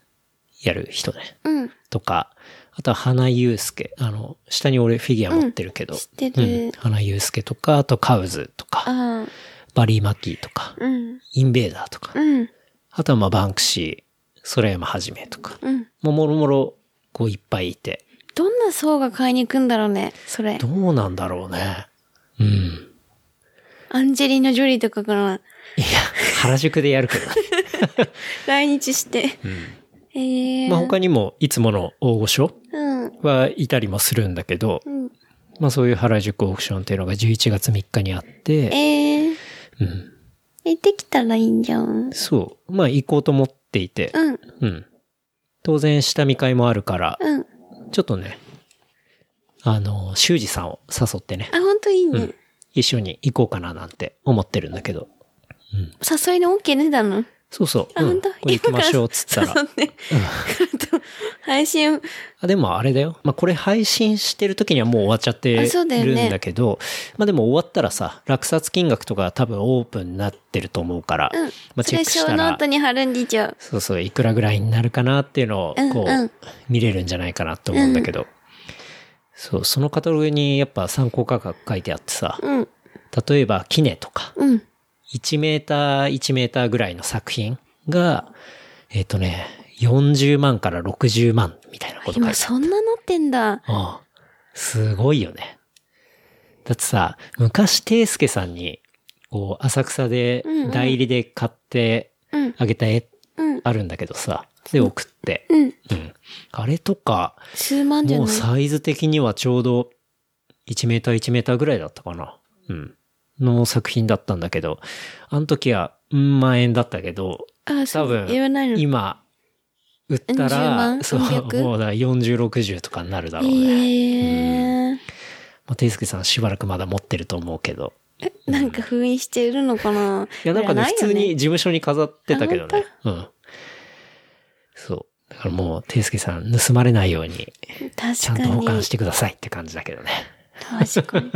B: やる人ね。
C: うん。
B: とか、あとは花井祐介。あの、下に俺フィギュア持ってるけど。
C: 知ってる
B: うん花井祐介とか、あとカウズとか、
C: ああ。
B: バリー・マキーとか、
C: うん。
B: インベーダーとか、
C: うん。
B: あとはまあバンクシー、空山はじめとか、
C: うん。
B: もうもろもろ、こういっぱいいて、
C: どんな層が買いに行くんだろうね、それ
B: ど。うなんだろうね。うん。
C: アンジェリーナ・ジョリーとかから
B: いや、原宿でやるけど ね。
C: 来日して。ええー。
B: まあ他にも、いつもの大御所
C: うん。
B: はいたりもするんだけど、
C: うん。
B: まあそういう原宿オークションっていうのが11月3日にあって、
C: ええー。
B: うん。
C: 行ってきたらいいんじゃん。
B: そう。まあ行こうと思っていて、
C: うん。
B: うん。当然下見会もあるから、
C: うん。
B: ちょっとね、あの、修二さんを誘ってね、
C: あ、ほんといいね。
B: うん一緒に行こうかななんて思ってるんだけど。
C: 誘いの OK 出たの
B: そうそう。
C: あ、
B: う
C: ほ
B: ん
C: んと
B: これ行きましょうっつったら
C: 誘。 って。配信、
B: あでもあれだよ。まあ、これ配信してる時にはもう終わっちゃって
C: あそうだよね
B: るんだけど、まあ、でも終わったらさ、落札金額とか多分オープンになってると思うから、
C: うん。
B: まあ、
C: そ
B: チェッ
C: れ、
B: ク
C: シ
B: し
C: ョー
B: た
C: ノー
B: ら
C: ト、に貼るんでちゃう。
B: そうそう、いくらぐらいになるかなっていうのを、こう、
C: うんうん
B: 見れるんじゃないかなと思うんだけど、そう、そのカタログにやっぱ参考価格書いてあってさ、
C: うん。
B: 例えば、キネとか、
C: うん。
B: 1メーター、1メーターぐらいの作品が、えっ、とね、40万から60万みたいなこと書いてあ
C: 今
B: る。
C: そんななってんだ。
B: ああすごいよね。だってさ、昔、ていすけさんに、こう、浅草で
C: うんうん、
B: 代理で買って
C: うん。
B: あげた絵
C: うん。
B: あるんだけどさ、で送って。
C: うん。
B: うん。あれとか、
C: 数万じゃ
B: も
C: な
B: う
C: い
B: サイズ的にはちょうど1メーター1メーターぐらいだったかな。うん。の作品だったんだけど、あの時は、うん、万円だったけど、
C: あ、そ
B: 多
C: う
B: 分
C: 言わないの。
B: 今、売ったら、
C: 40万
B: そう、もう
C: 300
B: だから40、60とかになるだろうね。
C: えー
B: まあ、ていすけさんしばらくまだ持ってると思うけど。
C: なんか封印しているのかない
B: や、なんかね、
C: い
B: 普
C: よ
B: 通に事務所に飾ってたけどね。うん。そう。だからもう、ていすけさん、盗まれないように、ちゃ
C: 確
B: ん
C: か
B: と保
C: に。
B: 管してくださいって感じだけどね。
C: 確かに。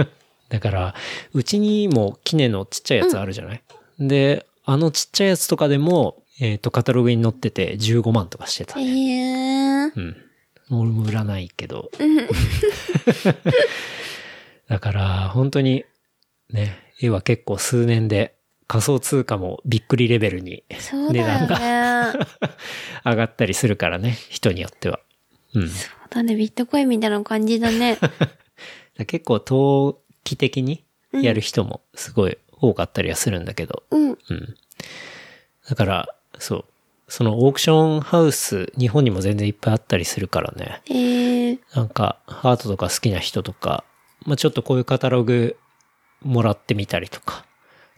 B: だから、うちにもキネのちっちゃいやつあるじゃない、で、あのちっちゃいやつとかでも、えっ、と、カタログに載ってて15万とかしてた。
C: えー、
B: うん。俺も売らないけど。だから、本当に、ね、絵は結構数年で仮想通貨もびっくりレベルに
C: そ う
B: 値段
C: だ
B: が
C: よね。
B: 上がったりするからね、人によっては。うん。
C: そうだね、ビットコインみたいな感じだね。
B: 結構投機的にやる人もすごい多かったりはするんだけど。
C: う
B: う
C: ん。
B: ん。だから、そう。そのオークションハウス、日本にも全然いっぱいあったりするからね。
C: えー、
B: なんか、アートとか好きな人とか、まあちょっとこういうカタログもらってみたりとか。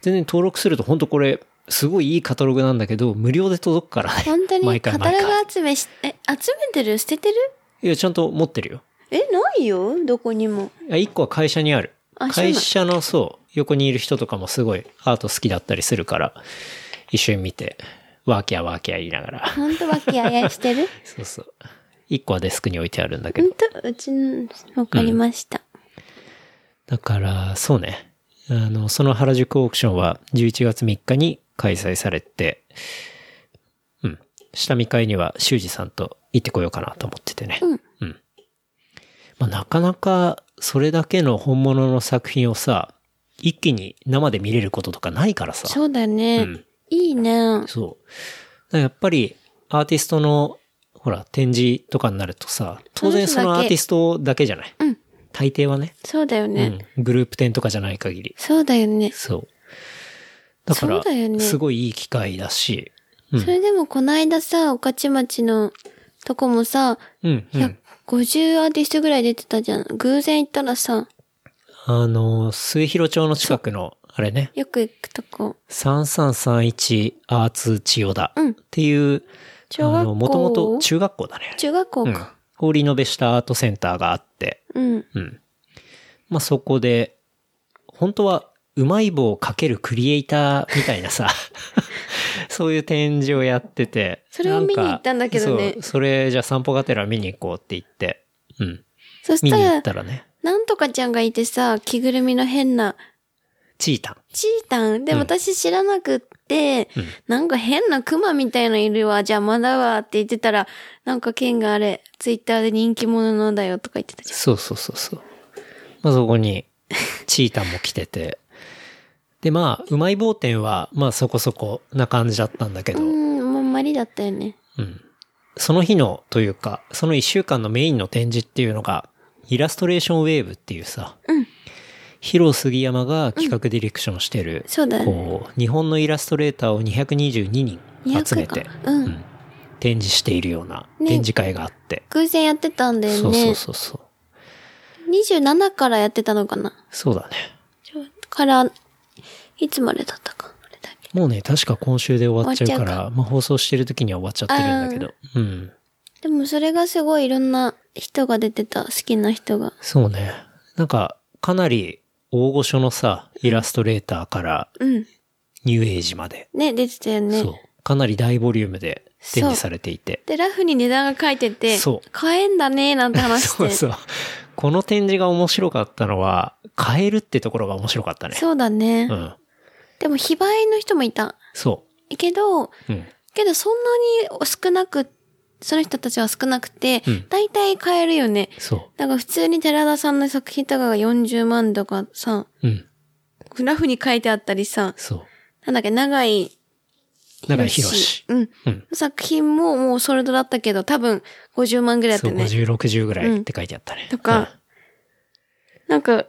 B: 全然登録すると本当これ、すごいいいカタログなんだけど、無料で届くからね。
C: 本当に
B: 毎回
C: カタ
B: 毎
C: ロ
B: 回。
C: グ集めし、え、集めてる捨ててる
B: いや、ちゃんと持ってるよ。
C: え、ないよどこにも。
B: いや一個は会社にある。
C: あそうなん
B: 会社のそう、横にいる人とかもすごいアート好きだったりするから、一緒に見て、ワーキャーワーキャー言いなが ら。
C: ほんとわきあやしてる
B: そうそう。一個はデスクに置いてあるん だけ
C: ほ
B: ど
C: ん。とうちの、わかりました。
B: だから、そうね。あの、その原宿オークションは11月3日に開催されて、うん。下見会には修二さんと行ってこようかなと思っててね。
C: うん。
B: まあ、なかなかそれだけの本物の作品をさ、一気に生で見れることとかないからさ。
C: そうだね。
B: うん
C: いいね。
B: そう。だからやっぱり、アーティストの、ほら、展示とかになるとさ、当然そ
C: その
B: の
C: 人だけ
B: アーティストだけじゃない。
C: うん
B: 大抵はね。
C: そうだよね。
B: うん。グループ展とかじゃない限り。
C: そうだよね。
B: そう。だか
C: そうだよ
B: ら、
C: ね
B: すごいいい機会だし。うん
C: それでもこないださ、御徒町のとこもさ、
B: うん、うん。
C: 150アーティストぐらい出てたじゃん。偶然行ったらさ、
B: あの、末広町の近くの、あれね、
C: よく行くとこ。
B: 3331アーツ千代田
C: うん
B: っていう、
C: 小学校
B: もともと中学校だね。
C: 中学校
B: うん
C: か。。
B: ホーリーノベしたアートセンターがあって、
C: うん。
B: うん。まあ、そこで、本当は、うまい棒かけるクリエイターみたいなさ、そういう展示をやってて。
C: それを見に行ったんだけどね
B: なんかそうそれじゃあ散歩がてら見に行こうって言って、うん。
C: そし
B: 見に行
C: た
B: っ
C: ら、
B: たらね、
C: なんとかちゃんがいてさ、着ぐるみの変な、
B: チータン。
C: チータン。で、
B: うん
C: 私知らなくって、
B: うん
C: なんか変なクマみたいのいるわ、邪魔だわって言ってたら、なんか剣があれ、ツイッターで人気者のだよとか言ってたじゃん。
B: そうそうそうそう。まあ、そこ に、チータンも来てて。で、まあ、うまい棒店は、まあ、そこそこな感じだったんだけど、
C: うん、もうマリだったよね。
B: うん。その日のというか、その一週間のメインの展示っていうのが、イラストレーションウェーブっていうさ、
C: うん
B: 広杉山が企画ディレクションしてる、
C: そうだね。
B: こう、日本のイラストレーターを222人集め
C: 200か
B: て、。
C: うん。
B: うん展示しているような
C: ね
B: 展示会があって、
C: 偶然やってたんだよね。
B: そうそうそうそう。
C: 27からやってたのかな
B: そうだね。
C: ちょから、いつまでだったか。あれだけ
B: もうね、確か今週で終わっちゃうから、
C: 終わっちゃ
B: まあ放送してる時には終わっちゃってるんだけど、うん。
C: でもそれがすごいいろんな人が出てた、好きな人が。
B: そうね。なんか、かなり大御所のさ、イラストレーターから
C: うん。
B: ニューエイジまで。
C: ね、出てたよね。
B: そう。かなり大ボリュームで展示されていて。
C: で、ラフに値段が書いてて、
B: そう
C: 買えんだね、なんて話して。
B: そうそう。この展示が面白かったのは、買えるってところが面白かったね。
C: そうだね。
B: うん。
C: でも、非売の人もいた。
B: そ
C: けど、
B: う。うん。
C: けどそんなに少なく、その人たちは少なくて、
B: うん
C: 大体買えるよね。
B: そ
C: なんか普通に寺田さんの作品とかが40万とかさ、
B: う。うん。
C: ラフに書いてあったりさ、
B: そう。
C: なんだっけ、長井
B: 長井博士。
C: うん。
B: うん。
C: 作品ももうソールドだったけど、多分50万ぐらいだ
B: そ
C: っ
B: う、
C: たよね。
B: 50、60ぐらいって書いてあったね。
C: とかなんか、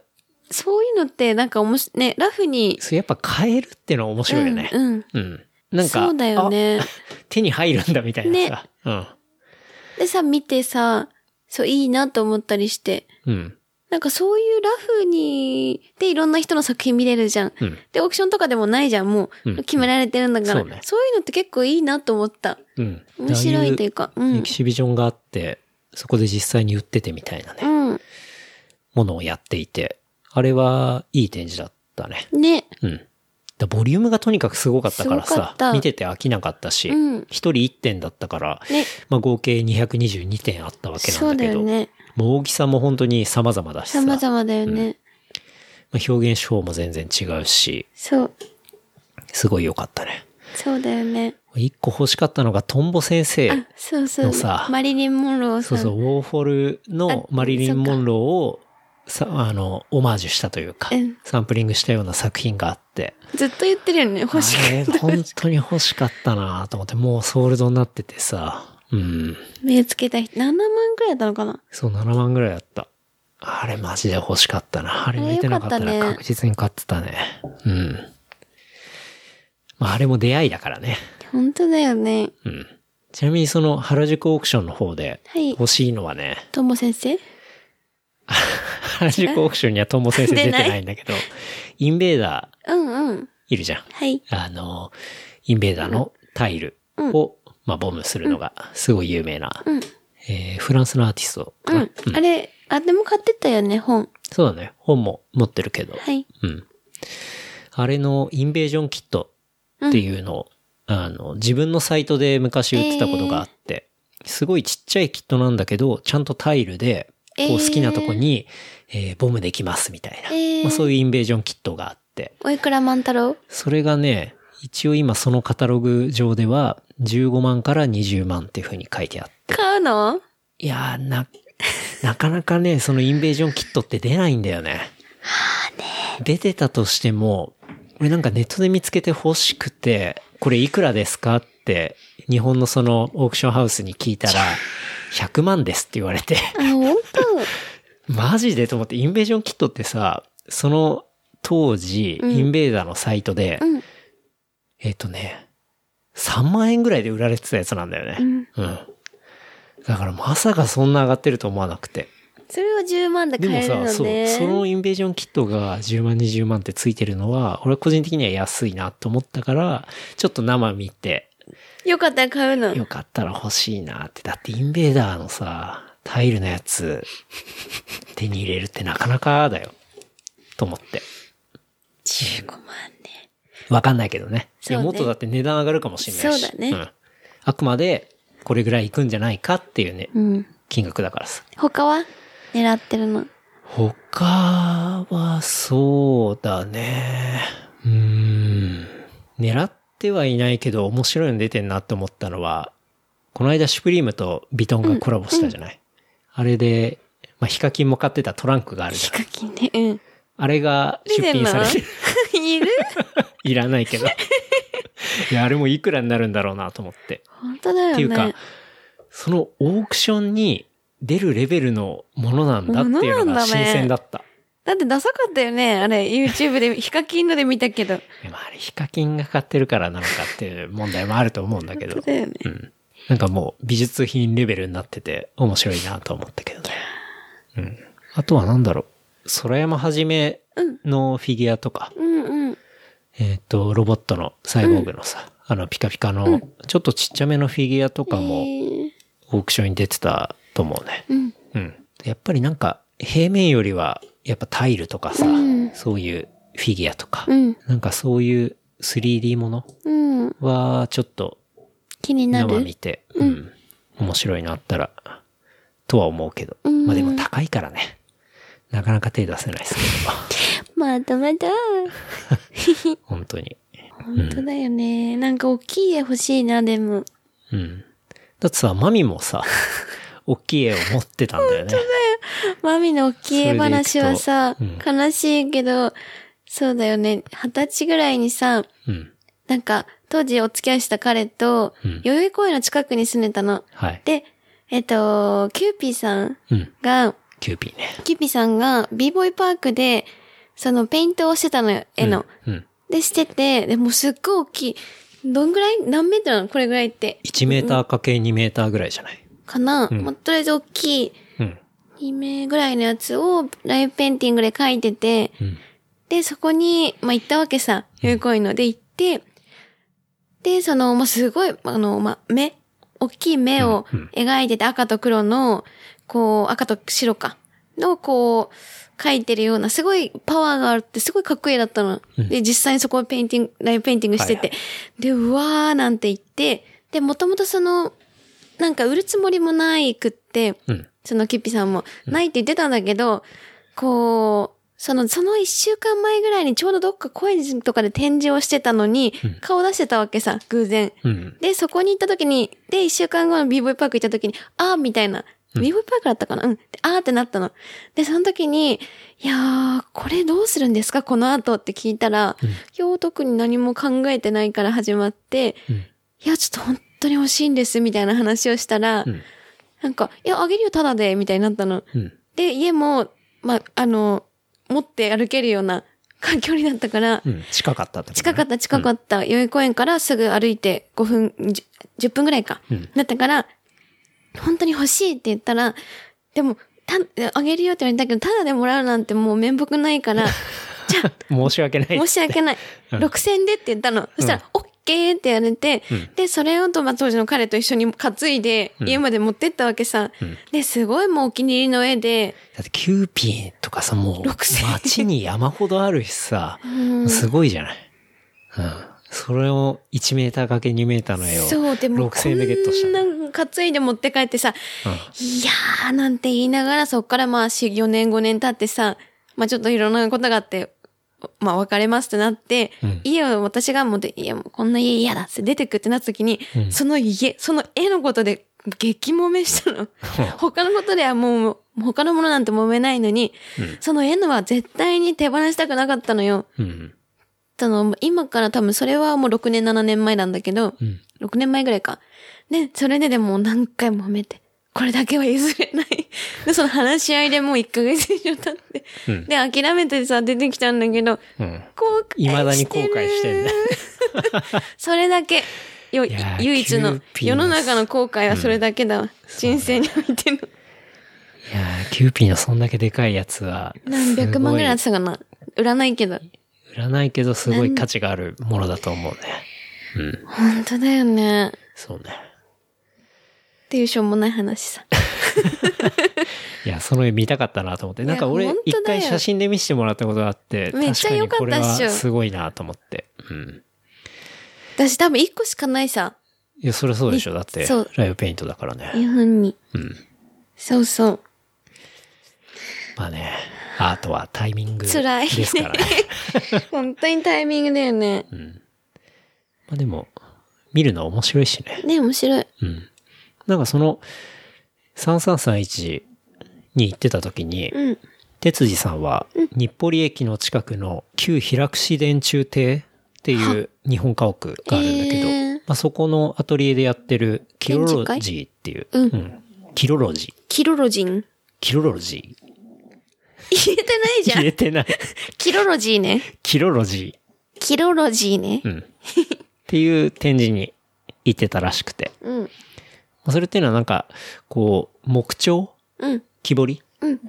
C: そういうのってなんかおもし、ね、ラフ
B: う
C: に
B: ん。。そう、やっぱ買えるってのは面白いよね。
C: うん。うん
B: うん。なんか、
C: そうだよね。
B: あ手に入るんだみたいなさ。
C: でさ、見てさ、そう、いいなと思ったりして。
B: うん。うん。
C: なんかそういうラフに、でいろんな人の作品見れるじゃん。
B: うん。
C: で、オークションとかでもないじゃん、もう。
B: うん
C: 決められてるんだから、
B: そうね
C: そういうのって結構いいなと思った。
B: うん。
C: 面白いといううか、う
B: エ
C: ん
B: キ。シビジョンがあって、そこで実際に売っててみたいなね、
C: うん。
B: ものをやっていて、あれはいい展示だったね。
C: ね。
B: うん。だボリュームがとにかくすごかったから
C: すごか
B: さ
C: っ、た
B: 見てて飽きなかったし、一、
C: うん
B: 人1点だったから、
C: ね
B: まあ合計222点あったわけ
C: そ
B: な
C: うん
B: だ
C: だ
B: け
C: よ
B: ど、
C: ね。
B: もう大きさも本当に様々だしさ、
C: 様々だよね。
B: まあ表現手法も全然違うし、
C: そう。
B: すごい良かったね。
C: そうだよね。
B: 一個欲しかったのがトンボ先生。
C: あ、そうそ
B: の
C: う
B: さ。
C: マリリン・モンロー
B: そ
C: さ。
B: うんそう、ウォーホルの
C: あ
B: マリリン・モンローをさ、あの、オマージュしたというか、
C: うん
B: サンプリングしたような作品があって、
C: ずっと言ってるよね。欲し
B: あれ
C: く
B: 本当に欲しかったなと思って、もうソールドになっててさ、うん。
C: 目つけた人、7万くらいだったのかな
B: そう、7万ぐらいだった。あれマジで欲しかったな。あれ
C: あれ
B: 見れてなかったら
C: よかったね
B: 確実に買ってたね。うん。まあ、あれも出会いだからね。
C: 本当だよね。
B: うん。ちなみにその原宿オークションの方で
C: はい
B: 欲しいのはね、
C: とも先生
B: 原宿オークションにはトンボ先生出てないんだけど、インベーダー
C: うんうん。
B: いるじゃん。
C: はい。
B: あの、インベーダーのタイルを、まあ、ボムするのがすごい有名な、
C: うん。
B: えーフランスのアーティストか
C: う
B: な、
C: ん。あれ、あ、でも買ってったよね、本。
B: そうだね。本も持ってるけど。
C: はい。
B: うん。あれのインベージョンキットっていうのを、あの、自分のサイトで昔売ってたことがあって、すごいちっちゃいキットなんだけど、ちゃんとタイルで、こう
C: えー
B: 好きなとこに、えーボムできますみたいな、
C: えー
B: まあ。そういうインベージョンキットがあって、
C: おいくら万太郎
B: それがね、一応今そのカタログ上では15万から20万っていう風に書いてあって、
C: 買うの
B: いやー、な、なかなかね、そのインベージョンキットって出ないんだよね。出てたとしても、俺なんかネットで見つけて欲しくて、これいくらですかって、日本のそのオークションハウスに聞いたら、100万ですって言われて、
C: あ、本当
B: マジでと思って、インベージョンキットってさ、その当時、
C: うん
B: インベーダーのサイトで、
C: うん。
B: えっ、とね、3万円ぐらいで売られてたやつなんだよ
C: う
B: ね。
C: ん。
B: うん。だからまさかそんな上がってると思わなくて。
C: それを10万で
B: で
C: 買
B: も
C: えるの
B: さ、
C: ね。
B: そう、そのインベージョンキットが10万、20万ってついてるのは、俺は個人的には安いなと思ったから、ちょっと生見て、
C: よかったら買うの。
B: よかったら欲しいなって。だってインベーダーのさ、タイルのやつ、手に入れるってなかなかだよ。と思って。
C: 15万ね。
B: わかんないけどね。いや
C: そうね
B: もっとだって値段上がるかもしれないし。
C: そうだね
B: ん。あくまで、これぐらいいくんじゃないかっていうね、
C: うん。
B: 金額だからさ。
C: 他は狙ってるの。
B: 他はそうだね。うーん。狙ってはいないけど面白いの出てんなって思ったのは、この間シュプリームとビトンがコラボしたじゃない、あれで、まあ、ヒカキンも買ってたトランクがあるじゃん。
C: 課金ね。うん。
B: あれが出品されてる。
C: いる
B: いらない けど。いや、あれもいくらになるんだろうなと思って。
C: 本当だよね。
B: っていうか、そのオークションに出るレベルのものなんだっていうのが
C: ものなんだね
B: 新鮮だった。
C: だってダサかったよね。あれ、YouTube で、ヒカキンので見たけど。
B: でもあれ、ヒカキンが買ってるからなのかっていう問題もあると思うんだ け
C: そ
B: ど
C: う、だよね。
B: うん。なんかもう美術品レベルになってて面白いなと思ったけどね。うん。あとはなんだろう、空山はじめのフィギュアとか、
C: うんうん。
B: えっ、と、ロボットのサイボーグのさ、あのピカピカのちょっとちっちゃめのフィギュアとかも
C: えー
B: オークションに出てたと思うね。
C: うん。
B: うん。やっぱりなんか平面よりはやっぱタイルとかさ、
C: うん
B: そういうフィギュアとか、
C: うん。
B: なんかそういう 3D もの
C: うん。
B: は、ちょっと
C: 気にな
B: 生
C: る
B: 見。て、うん。面白いなったら、とは思うけど。
C: うん
B: まあでも高いからね。なかなか手出せないですけ
C: まだまだ。
B: ど、本当に。
C: 本当だよね。なんか大きい絵欲しいな、でも。
B: うん。だってさ、マミも さ、大きい絵を持ってたんだよね。
C: マミの大きい絵話はさ
B: それでいく、
C: 悲しいけど、そうだよね。二十歳ぐらいにさ、
B: うん。
C: なんか、当時お付き合いした彼と
B: うん、
C: 代々木公園の近くに住んでたの。
B: はい。
C: で、えっと、キューピーさん
B: うん。
C: が、
B: キューピーね。
C: キューピーさんが b ボーイパークで、そのペイントをしてたのよ、絵の。
B: うん。うん。
C: で、してて、でもうすっごい大きい。どんぐらい何メートルなのこれぐらいって。
B: 1メーターかけ2メーターぐらいじゃない。
C: かな、
B: うん
C: まあとりあえず大きい
B: うん。
C: 2名ぐらいのやつをライブペインティングで描いてて、
B: うん。
C: で、そこに、まあ、行ったわけさ、代々木公園の。で、行って、で、その、まあ、すごい、あの、まあ、目、大きい目を
B: うんうん
C: 描いてて、赤と黒の、こう、赤と白か、のこう、書いてるような、すごいパワーがあるって、すごいかっこいいだったの。
B: うん
C: で、実際にそこをペインティング、ライブペインティングしてて、
B: は
C: で、うわーなんて言って、で、もともとその、なんか売るつもりもないくって、
B: うん。
C: そのキッピさんも、ないって言ってたんだけど、こう、その、その一週間前ぐらいにちょうどどっか高円寺とかで展示をしてたのに
B: うん、
C: 顔出してたわけさ、偶然。
B: うん。
C: で、そこに行った時に、で、一週間後の b v パーク行った時に、あーみたいな。
B: うん
C: b v パークだったかなうん。であーってなったの。で、その時に、いやー、これどうするんですかこの後って聞いたら、
B: うん
C: 今日特に何も考えてないから始まって、
B: うん。
C: いや、ちょっと本当に欲しいんです、みたいな話をしたら、
B: うん。
C: なんか、いや、あげるよ、ただで、みたいになったの。
B: うん。
C: で、家も、まあ、あの、持って歩けるような環境になったから、
B: うん。近かったってことね
C: 近かった近かった、代々木公園からすぐ歩いて5分、10, 10分ぐらいか、
B: うん
C: だったから、本当に欲しいって言ったら、でも、た、あげるよって言われたけど、ただでもらうなんてもう面目ないから、じゃあ、
B: 申し訳ないっつって。
C: 申し訳ない。
B: うん
C: 6000円でって言ったの。そしたら、オッケーって言われて、
B: うん
C: で、それをと、まあ、当時の彼と一緒に担いで、
B: うん
C: 家まで持ってったわけさ。
B: うん
C: で、すごいもうお気に入りの絵で、
B: だってキューピーとかさ、もう
C: 6000
B: 街に山ほどあるしさ、
C: うん
B: すごいじゃない。うん。それを1メーターかけ2メーターの絵を。
C: そう、でも、
B: 6000円でゲットした
C: こ
B: の
C: んなん担いで持って帰ってさ、
B: うん
C: いやーなんて言いながら、そっからまあ、4、4年、5年経ってさ、まあちょっといろんなことがあって、まあ別れますってなって、
B: うん
C: 家を私がもうで、いやもうこんな家嫌だって出てくってなった時に、
B: うん
C: その家、その絵のことで激揉めした の。他のことではもう、他のものなんて揉めないのに、
B: うん
C: その絵のは絶対に手放したくなかったのよ。
B: うん。
C: その、今から多分それはもう6年、7年前なんだけど、
B: うん。
C: 6年前ぐらいか。ね、それででも何回も褒めて、これだけは譲れない。で、その話し合いでもう1ヶ月以上経って、
B: うん
C: で、諦めてさ、出てきたんだけど、
B: うん。
C: 後悔してる。
B: 未だに後悔してんだ。
C: それだけ。よ、
B: いやー
C: 唯一
B: キュ
C: の
B: ー、ピー
C: 世
B: の
C: の中の後悔はそれだけだわ。人生においての。
B: いやーキューピーのそんだけでかいやつは、
C: 何百万ぐらいあっ
B: す
C: たかな。売らないけど。
B: ごい売らないけどすごい価値があるものだと思うね。うん。
C: 本当だよね。
B: そうね。
C: っていうしょうもない話さ。
B: いや、その絵見たかったなと思って。
C: や
B: なんか俺
C: 本、当だよ
B: 一回写真で見せてもらったことがあって、
C: めっちゃ良かったっしょ
B: 確にこれはすごいなと思って。うん。
C: 私多分1個しかないさ。
B: いや、それそうでしょ。だって
C: そう、
B: ライブペイントだからね。
C: 日本に。
B: うん。
C: そうそう。
B: まあね、アートはタイミングですから
C: 辛い
B: ね
C: ね。本当にタイミングだよね。
B: まあでも、見るの面白いしね。
C: ね、面白い。
B: うん。なんかその、3331に行ってた時に、
C: うん。
B: 哲司さんは、日暮里駅の近くの旧平櫛電柱亭っていう日本家屋があるんだけど、
C: へー
B: まあ、そこのアトリエでやってるキロロ
C: 展
B: ジーっていう、
C: うん
B: キロロジー、
C: キロロジン。
B: キロロジー、
C: 言えてないじゃ
B: 言
C: ん。
B: えてない、
C: キロロジーね。
B: キロロジ
C: キロロジーね
B: ー、う。ん、っていう展示に行ってたらしくて、
C: うん。
B: まあそれっていうのはなんか、こう、木彫
C: うん。
B: 木彫り
C: うん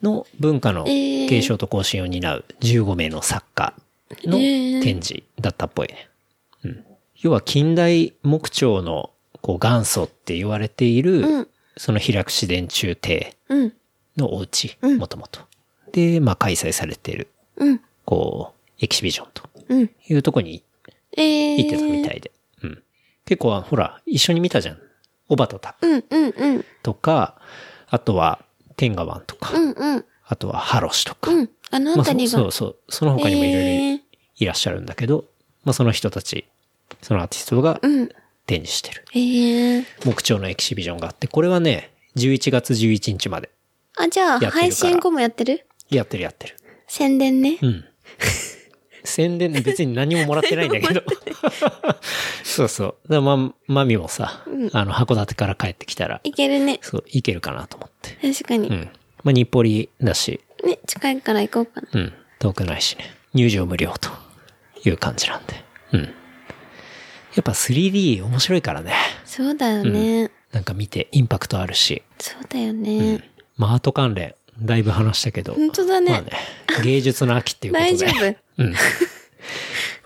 B: の文化の
C: えー
B: 継承と更新を担う15名の作家の
C: えー
B: 展示だったっぽいね。うん要は近代木彫のこう元祖って言われている、
C: うん
B: その平櫛伝中庭
C: うん。
B: のお家、
C: うん
B: もともと。で、まあ開催されている、
C: うん。
B: こう、エキシビジョンと
C: うん。
B: いうとこに
C: えー。
B: 行ってたみたいで。うん、結構、ほら、一緒に見たじゃん。小畑拓
C: うんうんうん。
B: とか、あとは天下湾とか、
C: うんうん。
B: あとはハロシとか、
C: うん。あの
B: ま
C: あ
B: あ
C: た
B: そ
C: りが。
B: そうそう、その他にもいろ
C: え
B: い
C: ー
B: ろいらっしゃるんだけど、まあその人たち、そのアーティストが
C: うん。
B: 展示してる。
C: えー。
B: 木彫のエキシビジョンがあって、これはね、11月11日まで
C: あ、じゃあ、
B: てるから
C: 配信後もやってる
B: やってるやってる。
C: 宣伝ね
B: う。ん。 宣伝別に何ももらってないんだ けど。そうそう。だからまあ、マミもさ、あの、函館から帰ってきたら、
C: いけるね。
B: そう、いけるかなと思って。
C: 確かに
B: う。ん。まあ、日暮里だし、
C: ね、近いから行こうかな。
B: うん。遠くないしね。入場無料という感じなんで。うん。やっぱ 3D 面白いからね。
C: そうだよね。
B: なんか見てインパクトあるし。
C: そうだよね。
B: まあアート関連、だいぶ話したけど。
C: 本当だね
B: まあね。芸術の秋っていうことで。
C: 大丈夫。
B: うん。 ま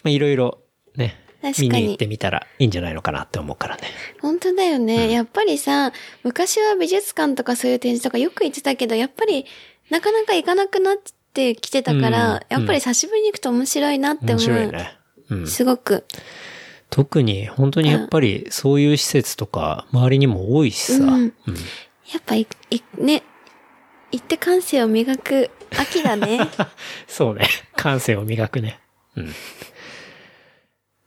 B: あいろいろね
C: 確。かに
B: 見に行ってみたらいいんじゃないのかなって思うからね。
C: 本当だよね、やっぱりさ、昔は美術館とかそういう展示とかよく行ってたけど、やっぱりなかなか行かなくなってきてたから、
B: うん
C: やっぱり久しぶりに行くと面白いなって思う。
B: 面白いね。うん。
C: すごく。
B: 特に本当にやっぱりそういう施設とか周りにも多いしさ。
C: うん
B: うん。
C: やっぱい、い、ね、行って感性を磨く秋 だね。
B: そうね。 感性を磨くね。うん。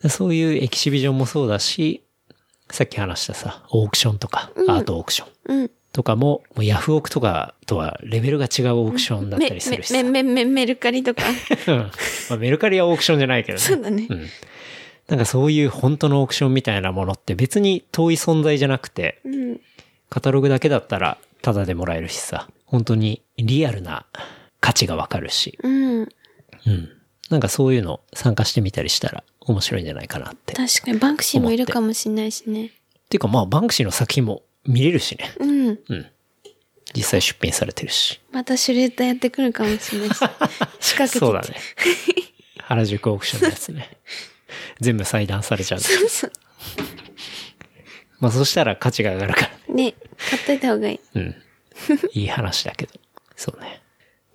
B: でそういうエキシビジョンもそうだし、さっき話したさ、オークションとか、
C: うん
B: アートオークション
C: うん。
B: とかも、もうヤフオクとかとはレベルが違うオークションだった
C: め、
B: りするしさ。
C: め、め、め、メルカ リとか。
B: うんまあメルカリはオークションじゃないけどね。
C: そうだね
B: う。ん。なんかそういう本当のオークションみたいなものって別に遠い存在じゃなくて、
C: うん。
B: カタログだけだったらタダでもらえるしさ、本当にリアルな価値がわかるし、
C: うん。
B: うん。なんかそういうの参加してみたりしたら面白いんじゃないかなって。っ
C: 確かに、バンクシーもいるかもしれないしね。
B: ていうかまあバンクシーの作品も見れるしね。
C: うん。
B: うん。実際出品されてるし。
C: またシュレッダーやってくるかもしれ ないし。仕掛けて。
B: そうだね。原宿オークションのやつ ね。全部裁断されちゃうんだよ
C: そう
B: まあそしたら価値が上がるから。
C: ね、買っといた方がいい。
B: うん。いい話だけど。そうね。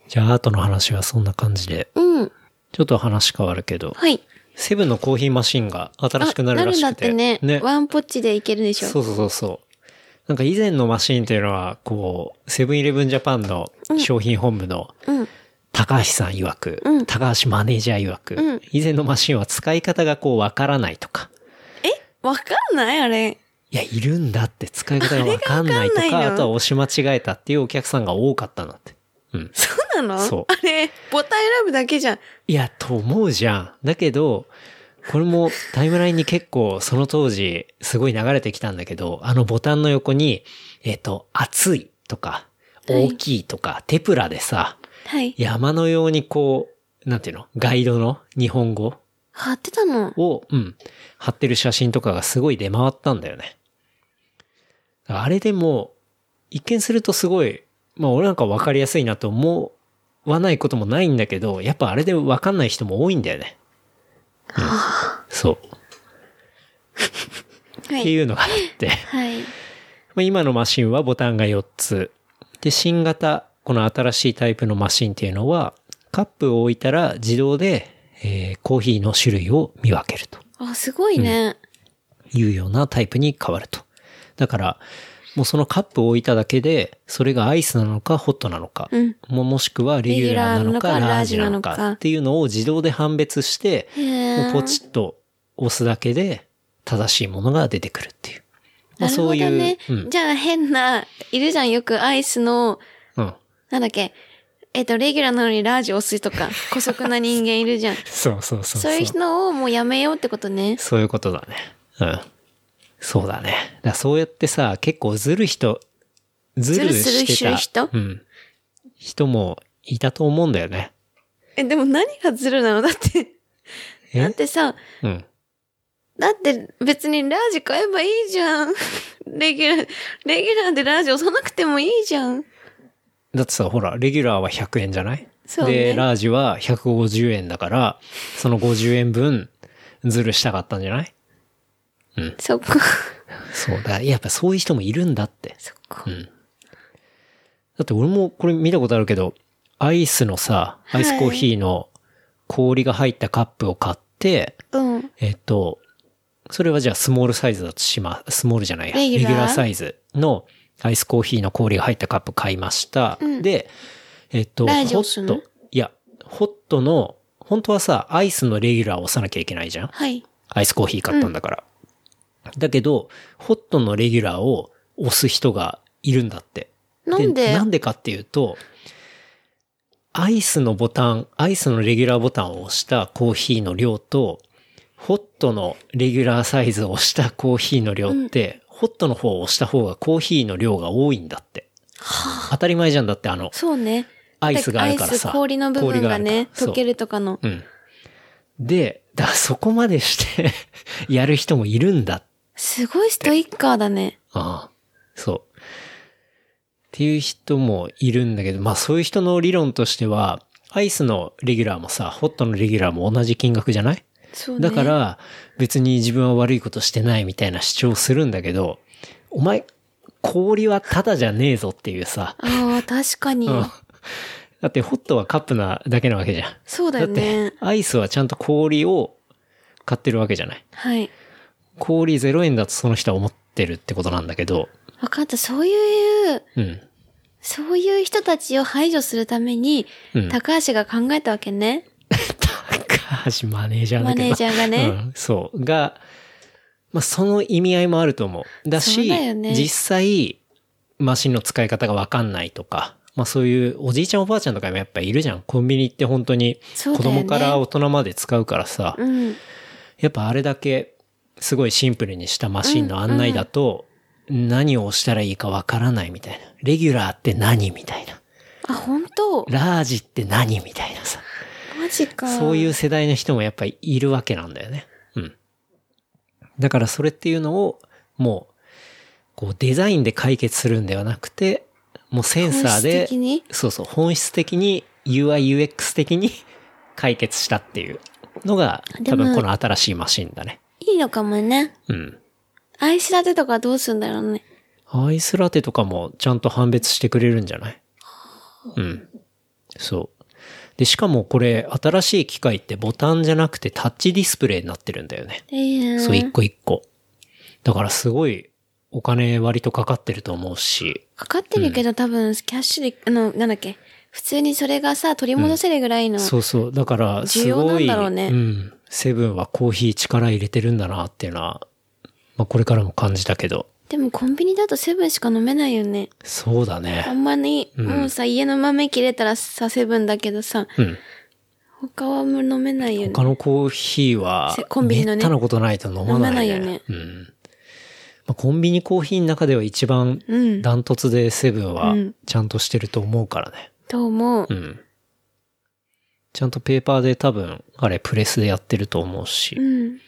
B: じゃあ、アートの話はそんな感じで。
C: うん。
B: ちょっと話変わるけど、
C: はい。
B: セブンのコーヒーマシンが新しくなるらし
C: あな
B: く。
C: るんだっててね。ワンポッチでいけるでしょ。
B: そうそうそうそう。なんか以前のマシンっていうのは、こう、セブンイレブンジャパンの商品本部の
C: うん。
B: 高橋さん曰く、
C: うん
B: 高橋マネージャー曰く、
C: うん
B: 以前のマシンは使い方がこうわからないとか、
C: わかんないあれ。
B: いや、いるんだって使い方がわかんないと
C: あれがわかん
B: か、
C: ない
B: あ
C: の
B: とは押し間違えたっていうお客さんが多かったんだって。うん。
C: そうなの
B: そう
C: あれ、ボタン選ぶだけじゃん。
B: いや、と思うじゃん。だけど、これもタイムラインに結構その当時すごい流れてきたんだけど、あのボタンの横に、えっ、と、熱いとか、
C: はい
B: 大きいとか、テプラでさ、
C: はい。
B: 山のようにこう、なんていうのガイドの日本語
C: 貼ってたの。
B: を、うん、貼ってる写真とかがすごい出回ったんだよね。あれでも、一見するとすごい、まあ俺なんかわかりやすいなと思わないこともないんだけど、やっぱあれでわかんない人も多いんだよね。うんそう。
C: は
B: って
C: い。
B: いうのがあって、
C: はい。
B: まあ今のマシンはボタンが4つ。で、新型、この新しいタイプのマシンっていうのは、カップを置いたら自動で、えーコーヒーの種類を見分けると。
C: あ、すごいね。
B: いうようなタイプに変わると。だから、もうそのカップを置いただけで、それがアイスなのかホットなのか、
C: うん
B: ももしくはレギュラーなのか
C: レギュラーなのか
B: ラージなの
C: ラージなの
B: か
C: か
B: っていうのを自動で判別して、
C: へー
B: もうポチッと押すだけで正しいものが出てくるっていう。ま
C: な
B: あ、
C: るほど
B: そういう、
C: ね。
B: うん、
C: じゃあ変な、いるじゃんよくアイスの、
B: うん。
C: なんだっけ、えっ、と、レギュラーなのにラージ押す とか、姑息な人間いるじゃん。
B: そうそうそう
C: そういうのをもうやめようってことね。
B: そういうことだね。うん。そうだね。だからそうやってさ、結構ずる人、ずるして
C: ずる
B: た
C: する人
B: うん。人もいたと思うんだよね。
C: え、でも何がズルなのだって。
B: え
C: だってさ、
B: うん。
C: だって別にラージ買えばいいじゃん。 レギュラー、レギュラーでラージ押さなくてもいいじゃん。
B: だってさ、ほら、レギュラーは100円じゃない
C: そうね
B: で、ラージは150円だから、その50円分、ズルしたかったんじゃない
C: そこ、
B: そうだ。やっぱそういう人もいるんだって。
C: そこ
B: う。ん。だって俺もこれ見たことあるけど、アイスのさ、アイスコーヒーの氷が入ったカップを買って、
C: うん。
B: えっと、それはじゃあスモールサイズだとしま、スモールじゃないや。
C: レギュラー
B: サイズのアイスコーヒーの氷が入ったカップ買いました。
C: うん
B: で、えっと、ホ
C: ラージ押す
B: ッ
C: の
B: ト、いや、ホットの、本当はさ、アイスのレギュラーを押さなきゃいけないじゃん
C: はい。
B: アイスコーヒー買ったんだから。だけど、ホットのレギュラーを押す人がいるんだって。
C: なんで
B: なんでかっていうと、アイスのボタン、アイスのレギュラーボタンを押したコーヒーの量と、ホットのレギュラーサイズを押したコーヒーの量って、ホットの方を押した方がコーヒーの量が多いんだって。当たり前じゃんだって、あの、
C: そうね。
B: アイスがあるから
C: アイス
B: さ。
C: 氷の部分
B: 氷
C: がね、溶
B: があるから
C: けるとかの。
B: うん。で、だからそこまでして やる人もいるんだ。
C: すごいストイッカーだね。
B: ああそう。っていう人もいるんだけど、まあそういう人の理論としては、アイスのレギュラーもさ、ホットのレギュラーも同じ金額じゃない
C: そうね。
B: だか、ら、別に自分は悪いことしてないみたいな主張をするんだけど、お前、氷はタダじゃねえぞっていうさ、
C: ああ、確かに。
B: うんだってホットはカップなだけなわけじゃん。
C: そうだ
B: だ
C: よ
B: って
C: ね。
B: アイスはちゃんと氷を買ってるわけじゃない。
C: はい。
B: 氷0円だとその人は思ってるってことなんだけど、
C: 分かった。そういう、
B: うん。
C: そういう人たちを排除するために、
B: うん
C: 高橋が考えたわけね。
B: 高橋マネージャーだけど。
C: マネージャーがね
B: うん、そう。が、まあ、その意味合いもあると思う。だし、
C: そうだよね
B: 実際、マシンの使い方がわかんないとか、まあそういうおじいちゃんおばあちゃんとかもやっぱいるじゃん。コンビニって本当に
C: そう
B: 子
C: だよね
B: 供から大人まで使うからさ、
C: うん。
B: やっぱあれだけすごいシンプルにしたマシンの案内だと、何を押したらいいかわからないみたいな。レギュラーって何みたいな。
C: あ、本当
B: ラージって何みたいなさ。
C: マジか。
B: そういう世代の人もやっぱりいるわけなんだよね。うん。だからそれっていうのを、もう、こうデザインで解決するんではなくて、もうセンサー
C: 本質
B: で
C: 的に、
B: そうそう、本質的に UI、UX 的に 解決したっていうのが、多
C: で
B: 分
C: も
B: この新しいマシンだね。
C: いいのかもね。
B: うん。
C: アイスラテとかどうするんだろうね。
B: アイスラテとかもちゃんと判別してくれるんじゃないうん。そう。で、しかもこれ、新しい機械ってボタンじゃなくてタッチディスプレイになってるんだよね。
C: いいね。
B: そう、一個一個。だからすごい、お金割とかかってると思うし、
C: かかってるけど、多分、キャッシュで、あの、なんだっけ。普通にそれがさ、取り戻せるぐらいの。
B: そうそう、だから、す
C: 需要な
B: ご
C: ん
B: い、
C: だろうね
B: ん、セブンはコーヒー力入れてるんだなっていうのは、まあこれからも感じたけど、
C: でもコンビニだとセブンしか飲めないよね。
B: そうだ
C: あ
B: ね。
C: んまり、
B: うん
C: もうさ、家の豆切れたらさ、セブンだけどさ、
B: うん。
C: 他はもう飲めないよね
B: 他。のコーヒーは
C: せ、コンビニのね
B: めったなことないと飲まない、ね。
C: 飲まないよね
B: うん。まあ、コンビニコーヒーの中では一番
C: うん。
B: ダントツでセブンは
C: うん
B: ちゃんとしてると思うからね。
C: と思う
B: う。ん。ちゃんとペーパーで多分、あれ、プレスでやってると思うし。
C: うん。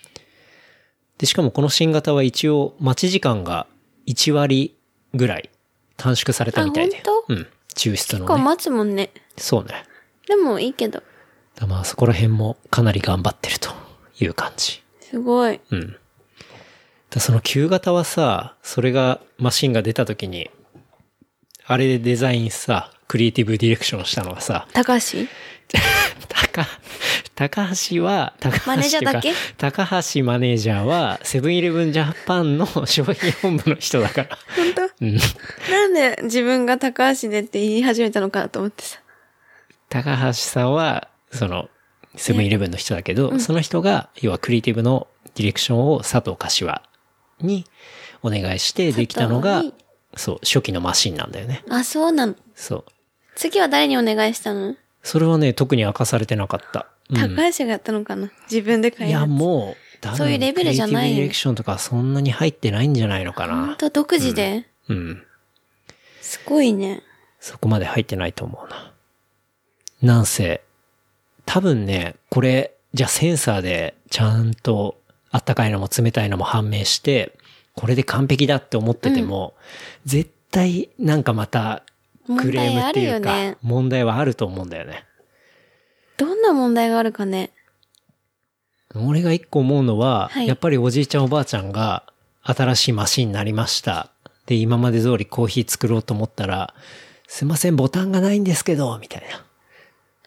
B: で、しかもこの新型は一応、待ち時間が1割ぐらい短縮されたみたいで。
C: あ本
B: 当うん。抽出
C: 結構
B: のね。
C: 待つもんね。
B: そうね。だか
C: でもいいけど。
B: らまあ、そこら辺もかなり頑張ってるという感じ。
C: すごい。
B: うん。だからその旧型はさ、それが、マシンが出た時に、あれでデザインさ、クリエイティブディレクションしたのはさ、
C: 高橋
B: 高、高橋は、高橋
C: マネージャーだけ
B: っていうか高橋マネージャーは、セブンイレブンジャパンの商品本部の人だ から。
C: 本当
B: うん。
C: なんで自分が高橋でって言い始めたのかなと思ってさ。
B: 高橋さんは、その、セブンイレブンの人だけど、その人が、要はクリエイティブのディレクションを佐藤柏にお願いしてできたのが
C: 佐藤、
B: そう、初期のマシンなんだよね。
C: あ、そうなの。
B: そう。
C: 次は誰にお願いしたの、
B: それはね、特に明かされてなかった。うん
C: 高橋がやったのかな自分で買
B: い
C: い
B: や、
C: 発
B: もう、多分
C: そういうレベルじゃな
B: クリ
C: い
B: エイティブディレクションとかそんなに入ってないんじゃないのか
C: ほん
B: な。
C: と独自で、
B: うん。
C: すごいね。
B: そこまで入ってないと思うな。なんせ、多分ね、これ、じゃあセンサーでちゃんとあったかいのも冷たいのも判明して、これで完璧だって思ってても、絶対なんかまたクレームっていうか
C: 問題あるよね、
B: 問題はあると思うんだよね。
C: どんな問題があるかね。
B: 俺が一個思うのは、
C: はい
B: やっぱりおじいちゃんおばあちゃんが新しいマシンになりました。で、今まで通りコーヒー作ろうと思ったら、すいません、ボタンがないんですけど、みたいな。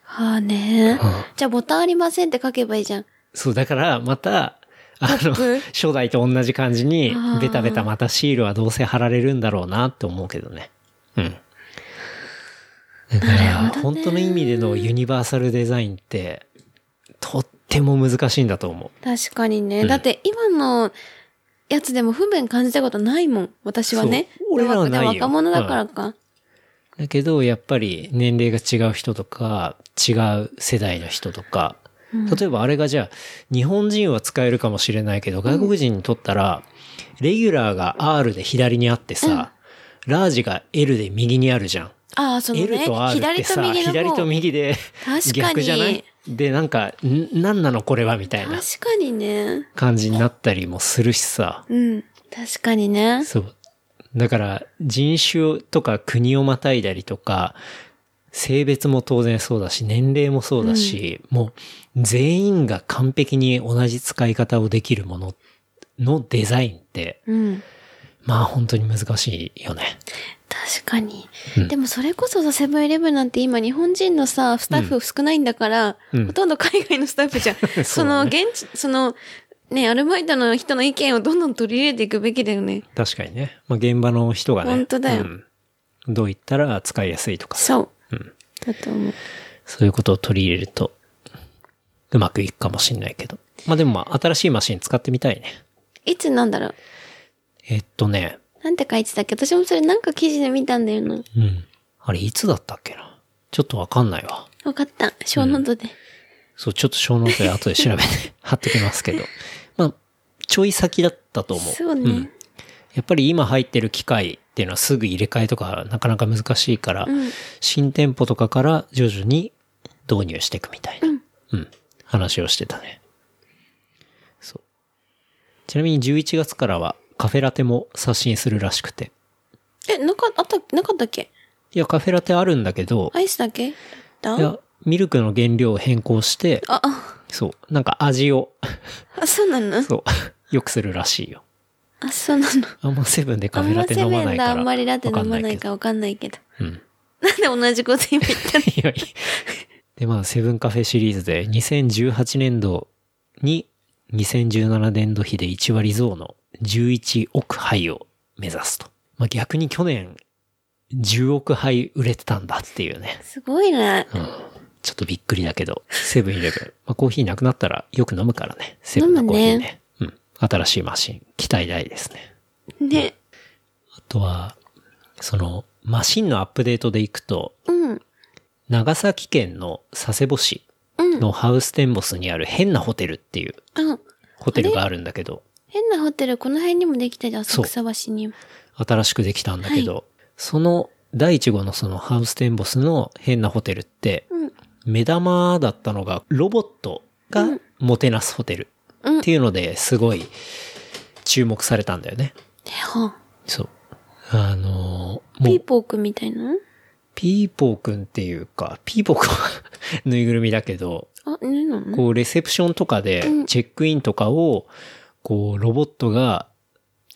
C: はあね
B: うん。
C: じゃあボタンありませんって書けばいいじゃん。
B: そう、だから、また、あの、
C: ップ
B: 初代と同じ感じに
C: あー、
B: ベタベタまたシールはどうせ貼られるんだろうなって思うけどね。うん。だから、本当の意味でのユニバーサルデザインって、とっても難しいんだと思う。
C: 確かにね。
B: うん
C: だって今のやつでも不便感じたことないもん。私はね
B: そう。俺らはないよ
C: 若者だからか。
B: だけど、やっぱり年齢が違う人とか、違う世代の人とか、例えばあれがじゃあ、日本人は使えるかもしれないけど、外国人にとったら、レギュラーが R で左にあってさ、ラージが L で右にあるじゃん。
C: ああ、その
B: L
C: ね
B: と。R っ
C: 左
B: て
C: と
B: さ、
C: 右の
B: 左と
C: 方。
B: 右で
C: 確かに
B: 逆じゃないで、なんか、ん何なのこれはみたいな
C: 確かにね。
B: 感じになったりもするしさ。
C: うん。確かにね。
B: そう。だから、人種とか国をまたいだりとか、性別も当然そうだし、年齢もそうだし、もう全員が完璧に同じ使い方をできるもののデザインって、
C: うん。
B: まあ本当に難しいよね。
C: 確かに
B: うん。
C: でもそれこそさ、セブンイレブンなんて今日本人のさ、スタッフ少ないんだから、
B: うん
C: ほとんど海外のスタッフ じゃん。
B: ね
C: その現地、その、ね、アルバイトの人の意見をどんどん取り入れていくべきだよね。
B: 確かにね。まあ現場の人がね。
C: 本当だよ
B: うんどう言ったら使いやすいとか、
C: そう。
B: うん
C: だと思う。
B: そういうことを取り入れると、うまくいくかもしれないけど。まあでもまあ新しいマシン使ってみたいね。
C: いつなんだろう。
B: えっとね、
C: なんて書いてたっけ私もそれなんか記事で見たんだよな。
B: うん。あれいつだったっけな。ちょっとわかんないわ。
C: わかった。小ノートで。
B: そう、ちょっと小ノートで後で調べ て貼ってきますけど。まあ、ちょい先だったと思う。
C: そうね
B: んやっぱり今入ってる機械っていうのはすぐ入れ替えとかなかなか難しいから、
C: うん
B: 新店舗とかから徐々に導入していくみたいな、うん、話をしてたね。そう。ちなみに11月からはカフェラテも刷新するらしくて。
C: え、なかあった、なかったっけ
B: いや、カフェラテあるんだけど、
C: アイスだけだ
B: いや、ミルクの原料を変更して、
C: あ、あ、
B: そう、なんか味を、
C: あ、そうなの
B: そう、 よくするらしいよ。
C: あ、そうなの。
B: あんまセブンで
C: あ
B: カフ
C: ん
B: ェ
C: ま
B: ラテ
C: セ
B: 飲
C: ブ
B: まな
C: ン
B: いか
C: だ、
B: ら。
C: あんまりラテ飲まないか
B: わ
C: わかんないけど。
B: かんないけど。うん。
C: なんで同じこと今言ったの
B: い やいやで、まあ、セブンカフェシリーズで2018年度に2017年度比で1割増の11億杯を目指すと。まあ、逆に去年10億杯売れてたんだっていうね。
C: すごいね。
B: うん。ちょっとびっくりだけど、セブンイレブン。 まあ、コーヒーなくなったらよく飲むからね。セブンのコーヒーね。
C: 飲む
B: うん。新しいマシン、期待大ですね。
C: ね。
B: あとは、その、マシンのアップデートでいくと、
C: うん。
B: 長崎県の佐世保市
C: うん。
B: のハウステンボスにある変なホテルっていう
C: あ、
B: ホテルがあるんだけど、
C: 変なホテル、この辺にもできたじゃん、
B: そう
C: 浅草橋にも。
B: 新しくできたんだけど、その第1号のそのハウステンボスの変なホテルって、
C: うん。
B: 目玉だったのがロボットがもてなすホテル
C: うん
B: っていうのですごい注目されたんだよね。
C: え、ほう。
B: そう。あのー、もう
C: ピーポーくんみたいな
B: ピーポーくんっていうか、ピーポーくんはぬいぐるみだけど、
C: あ、ねなの
B: こう、レセプションとかで、チェックインとかを、こう、ロボットが、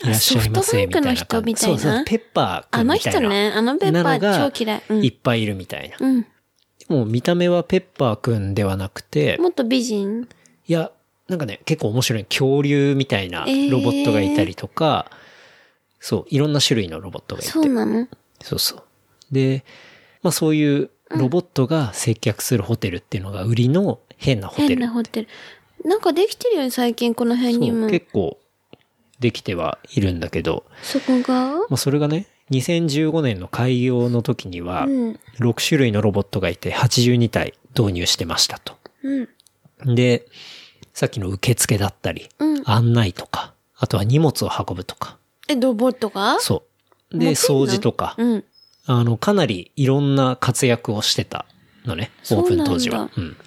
B: いらっしゃいませ、
C: あソ
B: み
C: フ
B: た
C: ト
B: いな
C: バンクの人
B: 感じ
C: みたいな
B: そうそう、ペッパー
C: あ
B: くん
C: の
B: みたいな。
C: 人ね。あのペッパ
B: なのが
C: ー超嫌い。う
B: いっ
C: ん。
B: ぱいいるみたいな。
C: うん。
B: でもう見た目はペッパーくんではなくて、
C: もっと美人
B: いや、なんかね、結構面白い。恐竜みたいな
C: えー
B: ロボットがいたりとか、そう、いろんな種類のロボットがいて。
C: そうなの
B: そうそう。で、まあそういうロボットが接客するホテルっていうのが売りの変なホテル。
C: 変なホテル。なんかできてるよね、最近この辺に
B: そ
C: も
B: う、。結構できてはいるんだけど、
C: そこが
B: まあ、それがね、2015年の開業の時には
C: う、ん。
B: 6種類のロボットがいて82体導入してましたと。
C: うん。
B: で、さっきの受付だったり、
C: うん
B: 案内とか、あとは荷物を運ぶとか、
C: え、ロボットが
B: そう。
C: 持
B: で、
C: ってんの
B: 掃除とか、
C: うん。
B: あの、かなりいろんな活躍をしてたのね、オ
C: そ
B: ー
C: う
B: プ
C: なんだ
B: ン当時は。うん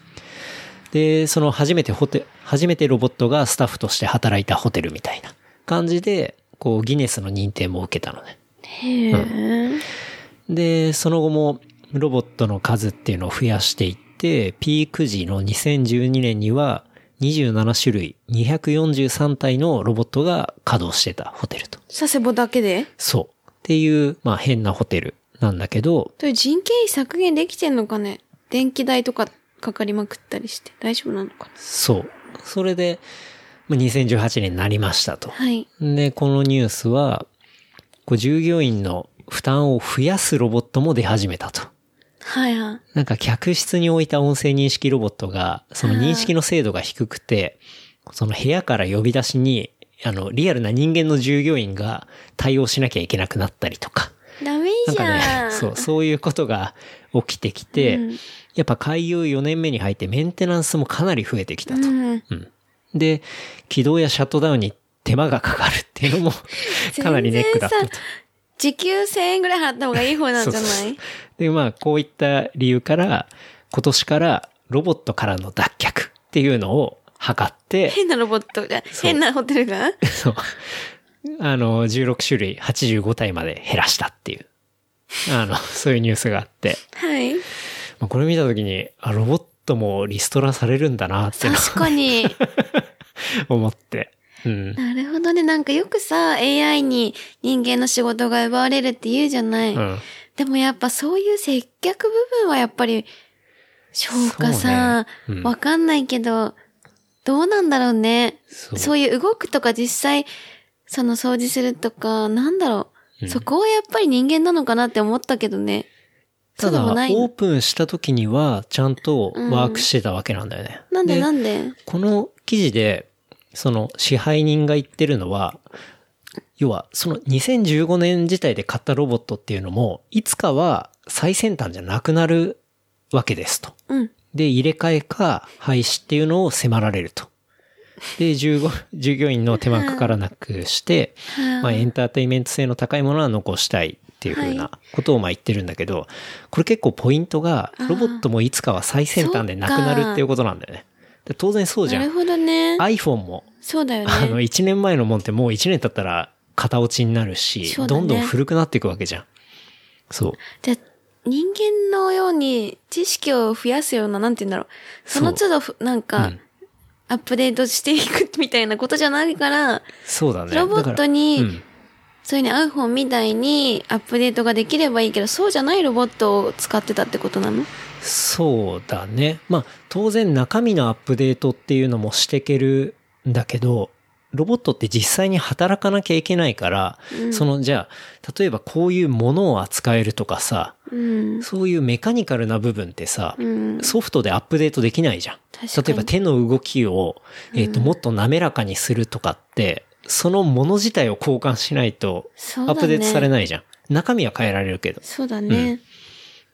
B: で、その初めてホテ、初めてロボットがスタッフとして働いたホテルみたいな感じで、こう、ギネスの認定も受けたのね。
C: へえ。
B: で、その後もロボットの数っていうのを増やしていって、ピーク時の2012年には27種類243体のロボットが稼働してたホテルと。
C: 佐世保だけで
B: そう。っていう、まあ変なホテルなんだけど、
C: それ人件費削減できてんのかね電気代とかかかりまくったりして大丈夫なのかな
B: そう。それで、まあ2018年になりましたと。
C: はい。
B: で、このニュースは、こう従業員の負担を増やすロボットも出始めたと。
C: はいはい。
B: なんか客室に置いた音声認識ロボットが、その認識の精度が低くて、その部屋から呼び出しに、あの、リアルな人間の従業員が対応しなきゃいけなくなったりとか。
C: ダメ
B: なん
C: じ
B: か
C: ゃん。
B: ね、そう、そういうことが起きてきて、
C: うん
B: やっぱ開業4年目に入ってメンテナンスもかなり増えてきたと。
C: うん。
B: うんで、起動やシャットダウンに手間がかかるって いうのもかなりネックだった
C: 全
B: と
C: 然。さ時給1000円ぐらい払った方がいい方なんじゃな
B: そう
C: い
B: で、まあ、こういった理由から、今年からロボットからの脱却っていうのを図って、
C: 変なロボットが、
B: そう
C: 変なホテルが
B: そう。あの、16種類85体まで減らしたっていう、あの、そういうニュースがあって、
C: はい。
B: まあこれ見たときに、あ、ロボットもリストラされるんだなっていうのを
C: 確かに。
B: 思って、うん。
C: なるほどね。なんかよくさ、AI に人間の仕事が奪われるって言うじゃない。
B: うん。
C: でもやっぱそういう接客部分はやっぱり、消化さ、
B: そうねうん
C: わ、かんないけど、どうなんだろうね。
B: そう
C: そういう動くとか実際、その掃除するとか、なんだろう。
B: うん
C: そこはやっぱり人間なのかなって思ったけどね。
B: た
C: そう
B: だ、
C: で
B: オ
C: もない
B: ープンした時には、ちゃんとワークしてたわけなんだよね。
C: なんで
B: で
C: なんで
B: この記事で、その支配人が言ってるのは、要はその2015年自体で買ったロボットっていうのも、いつかは最先端じゃなくなるわけですと。
C: うん。
B: で、入れ替えか廃止っていうのを迫られると。で、15従業員の手間かからなくして、まあ、エンターテインメント性の高いものは残したいっていうふうなことをまあ言ってるんだけど、これ結構ポイントが、ロボットもいつかは最先端でなくなるっていうことなんだよね。で当然そうじ
C: な
B: ゃん
C: る。ほどね。
B: iPhone も、
C: そうだよね。
B: あの、1年前のもんってもう1年経ったら型落ちになるし、
C: そうだ
B: ど
C: ね
B: んどん古くなっていくわけじゃん。そう。
C: じゃあ人間のように知識を増やすような、なんて言うんだろう。その都度ふ、なんか、
B: うん
C: アップデートしていくみたいなことじゃないから、
B: そうだね。
C: ロボットに
B: だからうん
C: そういうね、iPhone みたいにアップデートができればいいけど、そうじゃないロボットを使ってたってことなの
B: そうだね。まあ、当然中身のアップデートっていうのもしてけるんだけど、ロボットって実際に働かなきゃいけないから、その、じゃあ、例えばこういうものを扱えるとかさ、
C: うん。
B: そういうメカニカルな部分ってさ、
C: うん。
B: ソフトでアップデートできないじゃん。
C: 確かに
B: 例えば手の動きを、えっ、と、もっと滑らかにするとかって、そのもの自体を交換しないと、
C: そ
B: ア
C: うだね
B: ップデートされないじゃん。中身は変えられるけど。
C: そうだね。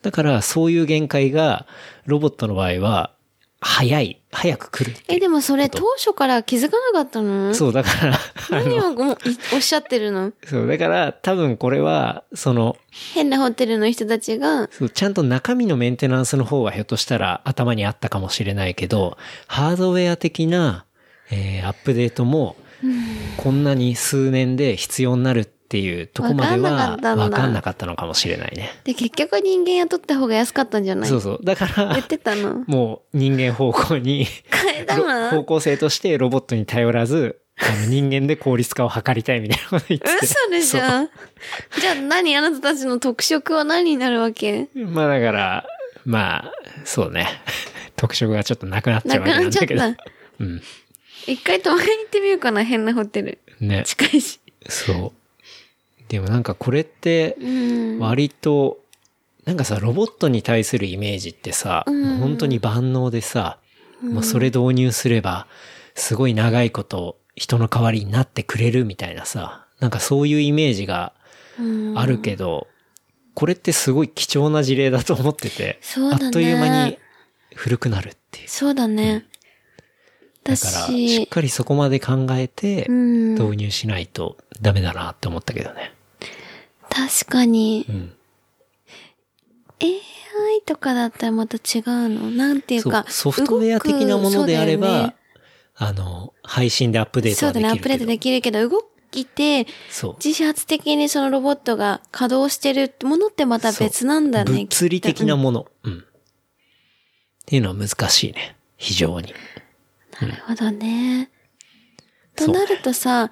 B: だから、そういう限界が、ロボットの場合は、早い、早く来るっていう。
C: え、でもそれ当初から気づかなかったの
B: そう、だから、 あ
C: 何
B: の、
C: をもういおっしゃってるの
B: そう、だから、多分これは、その、
C: 変なホテルの人たちが、
B: そうちゃんと中身のメンテナンスの方はひょっとしたら頭にあったかもしれないけど、ハードウェア的な、えーアップデートも、こんなに数年で必要になるっていうとこまでは
C: わかんなかったんだ
B: わかんなかったのかもしれないね。
C: で、結局人間雇った方が安かったんじゃない
B: そうそう。だから
C: 言っ、てたの。
B: もう人間方向に、
C: 変えた
B: ろ方
C: の
B: 向性としてロボットに頼らず、あ の人間で効率化を図りたいみたいなこと言ってて。
C: 嘘でしょじゃあ何あなたたちの特色は何になるわけ
B: まあだから、まあ、そうね。 特色がちょっとなくなっちゃ
C: な
B: うわ
C: く
B: けな
C: なっ
B: ん
C: ち
B: だ
C: ゃっ
B: けど。
C: た。
B: うん。
C: 一回泊まりに行ってみようかな、変なホテル。
B: ね。
C: 近いし。
B: そう。でもなんかこれって、
C: うん。
B: 割と、なんかさ、ロボットに対するイメージってさ、
C: うん
B: もう本当に万能でさ、もうそれ導入すれば、すごい長いこと人の代わりになってくれるみたいなさ、なんかそういうイメージが
C: うん
B: あるけど、これってすごい貴重な事例だと思ってて、
C: そうだ
B: あ
C: ね
B: っという間に古くなるっていう。
C: そうだね。
B: だ
C: だ
B: から、しっ
C: し、
B: かりそこまで考えて
C: う、ん。
B: 導入しないとダメだなって思ったけどね。
C: 確かに
B: う、ん。
C: AI とかだったらまた違うのなんていう
B: そう
C: か。
B: ソフトウェア的なものであれ
C: 動く
B: ば、あの、配信でアップデート
C: そう
B: は
C: だ
B: でき
C: ね、ア
B: るけど。
C: ップデートできるけど、動いて、
B: そう。
C: 自発的にそのロボットが稼働してるものってまた別なんだね。
B: 物理的な
C: も
B: もの。うん。っていうのは難しいね。非常に。
C: の。なるほどね。
B: そう
C: となるとさ、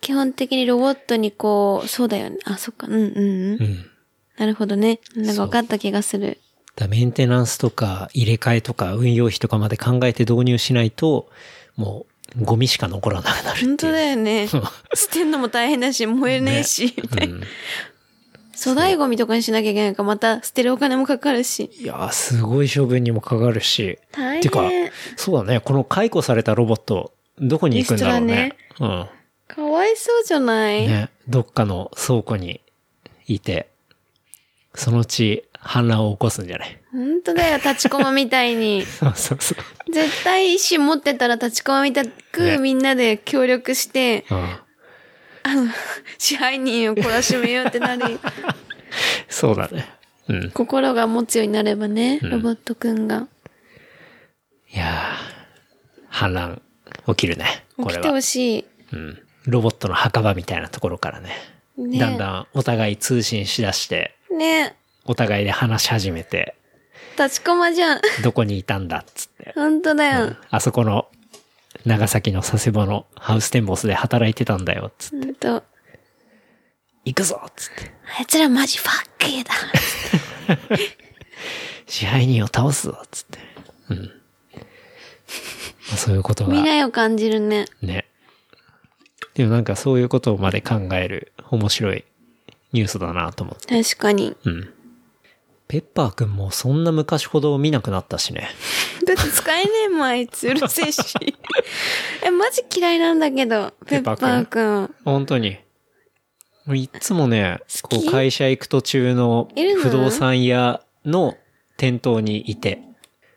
C: 基本的にロボットにこう、そうだよね。あ、そっか。うんうんうん
B: う。ん。
C: なるほどね。なんか
B: そう
C: 分かった気がする。
B: だメンテナンスとか入れ替えとか運用費とかまで考えて導入しないと、もうゴミしか残らなくなるっていう。
C: 本当だよね。
B: そう
C: 捨てんのも大変だし、燃えねえし、みたいな。
B: うん
C: 粗大ゴミとかにしなきゃいけないから、また捨てるお金もかかるし。
B: いやー、すごい処分にもかかるし。
C: 大変
B: てか、そうだね。この解雇されたロボット、どこに行くんだろうね。うん。
C: かわいそうじゃない、
B: ね、どっかの倉庫にいて、そのうち反乱を起こすんじゃない
C: 本当だよ、立ちこまみたいに。
B: そうそうそう。
C: 絶対意思持ってたら立ちこまみたく、
B: ね
C: みんなで協力して、
B: うん。
C: 支配人を懲らしめようってな り、
B: そうだね。うん。
C: 心が持つようになればね、
B: ん
C: ロボットくんが。
B: いやー、反乱起きるね。こ
C: 起
B: れ
C: きてほ
B: は。
C: し
B: うん。ロボットの墓場みたいなところからね。
C: い。ね
B: だんだんお互い通信しだして、
C: ね
B: お互いで話し始めて、
C: 立ちこまじゃん。
B: どこにいたんだっつって。
C: 本当だよ。
B: あそこの長崎の佐世保のハウステンボスで働いてたんだよ、つって。
C: ほんと。
B: 行くぞつって。
C: あいつらマジファッケーだ。
B: 支配人を倒すぞつって。うん。まあ そういうことが
C: 未。来を感じるね。
B: ね。でもなんかそういうことまで考える面白いニュースだなと思って。
C: 確かに。
B: うん。ペッパーくんもそんな昔ほど見なくなったしね。
C: だって使えねえもん、あいつ。う るせえし。え、マジ嫌いなんだけど、
B: ペ
C: ペッ
B: ッ
C: パ
B: パーくん
C: ーくん。
B: 本当に。もういっつもね、
C: 好
B: こ
C: き
B: う会社行く途中の
C: いるの
B: 不動産屋の店頭にいて、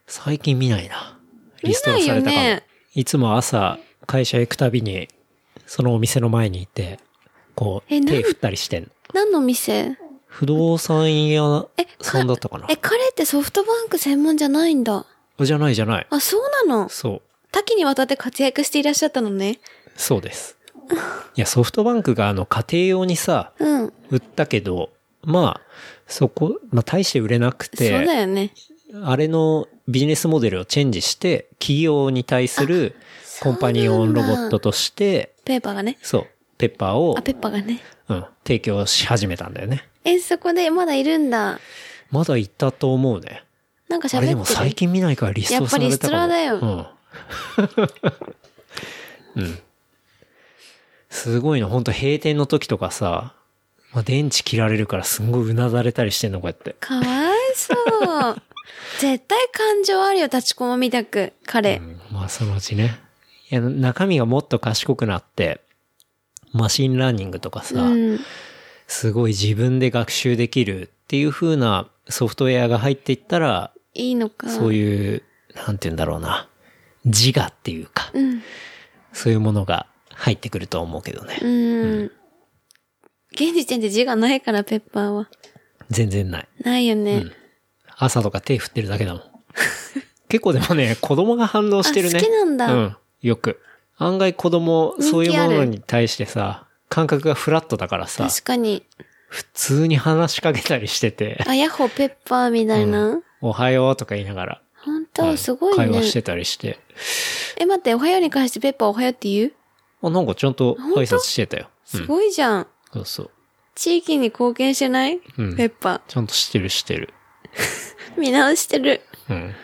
B: 最近見ないな。リストラされた
C: 見
B: か
C: ないよ
B: ら
C: ね。
B: いつも朝会社行くたびに、そのお店の前にいて、こう
C: えなん
B: 手振ったりしてんの
C: 何の店
B: 不動産屋
C: え、
B: さんだったかな
C: え、彼ってソフトバンク専門じゃないんだ。
B: じゃないじゃない。
C: あ、そうなの。
B: そう。
C: 多岐にわたって活躍していらっしゃったのね。
B: そうです。いや、ソフトバンクがあの家庭用にさ、
C: うん。
B: 売ったけど、まあ、そこ、まあ大して売れなく
C: そうだ
B: て、
C: よね。
B: あれのビジネスモデルをチェンジして、企業に対するコンパニオンロボットとして、
C: ペーパーがね。
B: そう、ペッパーを
C: あ、、ペッパーがね。
B: うん、提供し始めたんだよね。
C: え、そこでまだいるんだ。
B: まだ行ったと思うね。
C: なんか喋って
B: あ
C: る。
B: れでも最近見ないからリストされたかも
C: やっぱリストラだ
B: うん。 うん。すごいの、本当閉店の時とかさ、まあ、電池切られるからすんごいうなだれたりしてんの、こうやって。
C: かわい そう。絶対感情あるよ、立ちこもみたく、彼。
B: うんまあそのうちね。いや、中身がもっと賢くなって、マシンラーニングとかさ、
C: うん。
B: すごい自分で学習できるっていう風なソフトウェアが入っていったら、
C: いいのか。
B: そういう、なんて言うんだろうな、自我っていうか、
C: うん。
B: そういうものが入ってくると思うけどね。
C: うん。現時点で字がないから、ペッパーは。
B: 全然ない。
C: ないよね。
B: 朝とか手振ってるだけ だもん。結構でもね、子供が反応してるね。
C: あ好きなんだ
B: うん。よく。案外子供、そういうも
C: 人気あ
B: の
C: る
B: に対してさ、感覚がフラットだからさ、
C: 確かに。
B: 普通に話しかけたりして て、
C: あ、ヤッホーペッパーみたいな。
B: おはようとか言いながら、
C: 本
B: う
C: 当
B: ん
C: すごい
B: 会話
C: ね
B: し。てたりして、
C: え、待って、おはように関してペッパーおはようって言う
B: あ、なんかちゃんと
C: 本当
B: 挨拶してたよ。
C: すごいじゃん。
B: そうそう。
C: 地域に貢献してない、
B: うん
C: ペッパ
B: ちゃんとしてるしてる。
C: ー。見直してる。
B: うん。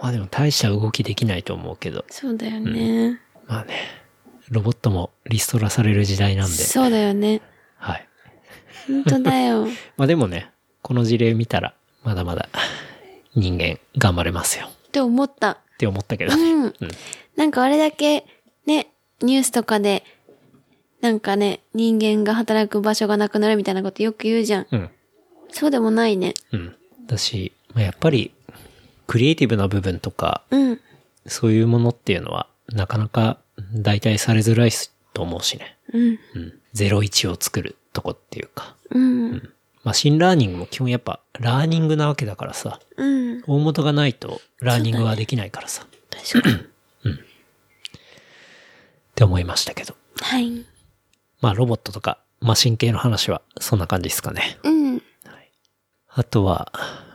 B: まあでも大した動きできないと思うけど、
C: そうだよね。
B: まあね、ロボットもリストラされる時代なんで、
C: そうだよね。
B: はい。
C: 本当だよ。
B: まあでもね、この事例見たら、まだまだ人間頑張れますよ
C: って思った。
B: って思ったけど
C: う
B: ね。
C: ん。なんかあれだけ、ね、ニュースとかで、なんかね、人間が働く場所がなくなるみたいなことよく言うじゃん。
B: うん。
C: そうでもないね。
B: うん。だし、まあ、やっぱり、クリエイティブな部分とか、
C: うん。
B: そういうものっていうのは、なかなか代替されづらいと思うしね。
C: うん。
B: うん。01を作るとこっていうか。
C: うん。
B: マシンラーニングも基本やっぱ、ラーニングなわけだからさ。
C: うん。
B: 大元がないと、ラーニングはできないからさ。
C: 確かに。
B: って思いましたけど。
C: はい。
B: まあ、ロボットとか、マシン系の話は、そんな感じですかね。
C: うん。
B: あとは、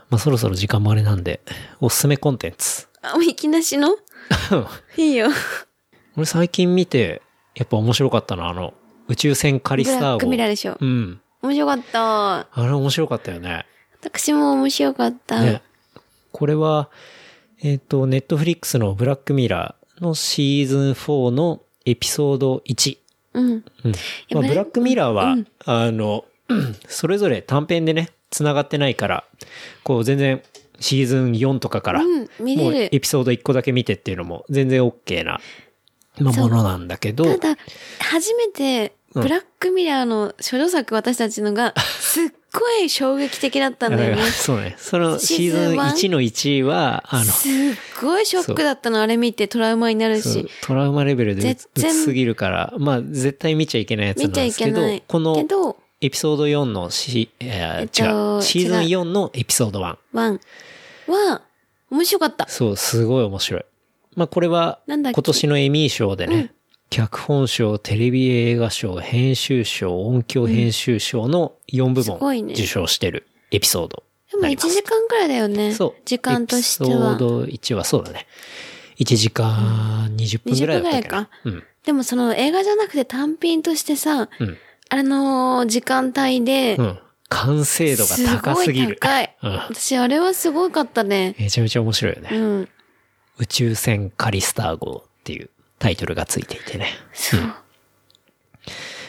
B: まあ、そろそろ時間もあれなんで、おすすめコンテンツ。
C: あ、お引きなしのいいよ。
B: 俺最近見て、やっぱ面白かったな、あの、宇宙船カリ
C: ブ
B: スタ
C: ラックミラー
B: ー
C: でしょ
B: 号。う。ん。
C: 面白かった。
B: あれ面白かったよね。
C: 私も面白かった。
B: ね。これは、えっ、と、ネットフリックスのブラックミラーのシーズン4のエピソード1。
C: うん。
B: うん。まあ、
C: ブラ
B: ブラックミラーは、あの、 それぞれ短編でね、繋がってないから、こう全然シーズン4とかから、
C: うん。見
B: もう
C: れ
B: エ
C: る。
B: ピソード1個だけ見てっていうのも全然 OK な、まあ
C: そう
B: ものなんだけど、
C: ただ、初めて、
B: うん
C: ブラックミラーの諸女作私たちのが、すっごい衝撃的だったんだ
B: だ
C: よ
B: か
C: ね
B: ら。そうね、その
C: シ
B: シ
C: ー
B: ー
C: ズン
B: ズン
C: ワン
B: 1の1位は、あの、
C: すっごいショックだったの、あれ見てトラウマになる
B: そう
C: し。
B: トラウマレベルでうつ
C: 全然
B: すぎるから、まあ絶対見ちゃいけないやつな
C: 見
B: ん
C: ちゃ
B: で
C: い
B: す
C: け
B: けど
C: ない。、
B: この
C: けど、
B: エピソード4のシ、えー
C: えっと
B: 違う、シーズン
C: 違う
B: 4のエピソード1。
C: ワンは、面白かった。
B: そう、すごい面白い。まあこれは、
C: なんだっ
B: 今
C: け
B: 年のエミー賞でね、脚本賞、テレビ映画賞、編集賞、音響編集賞の4部
C: すごい
B: 門
C: ね
B: 受賞してるエピソード
C: でも
B: になり
C: 1
B: ます。
C: 時間くらいだよね。
B: そう。
C: 時間として
B: エピソー
C: は。
B: ド1はそうだね。 1時間20分ぐらいだったっけな
C: 20でもその映画じゃなくて単品としてさ、
B: うん。うん。
C: あのー時間帯で
B: う、ん。完成度が高すぎる。
C: すごい高い
B: うん。
C: 私あれはすごかったね。
B: めちゃめちゃ面白いよね。
C: うん。
B: 宇宙船カリスター号っていうタイトルがついていてね。
C: そう。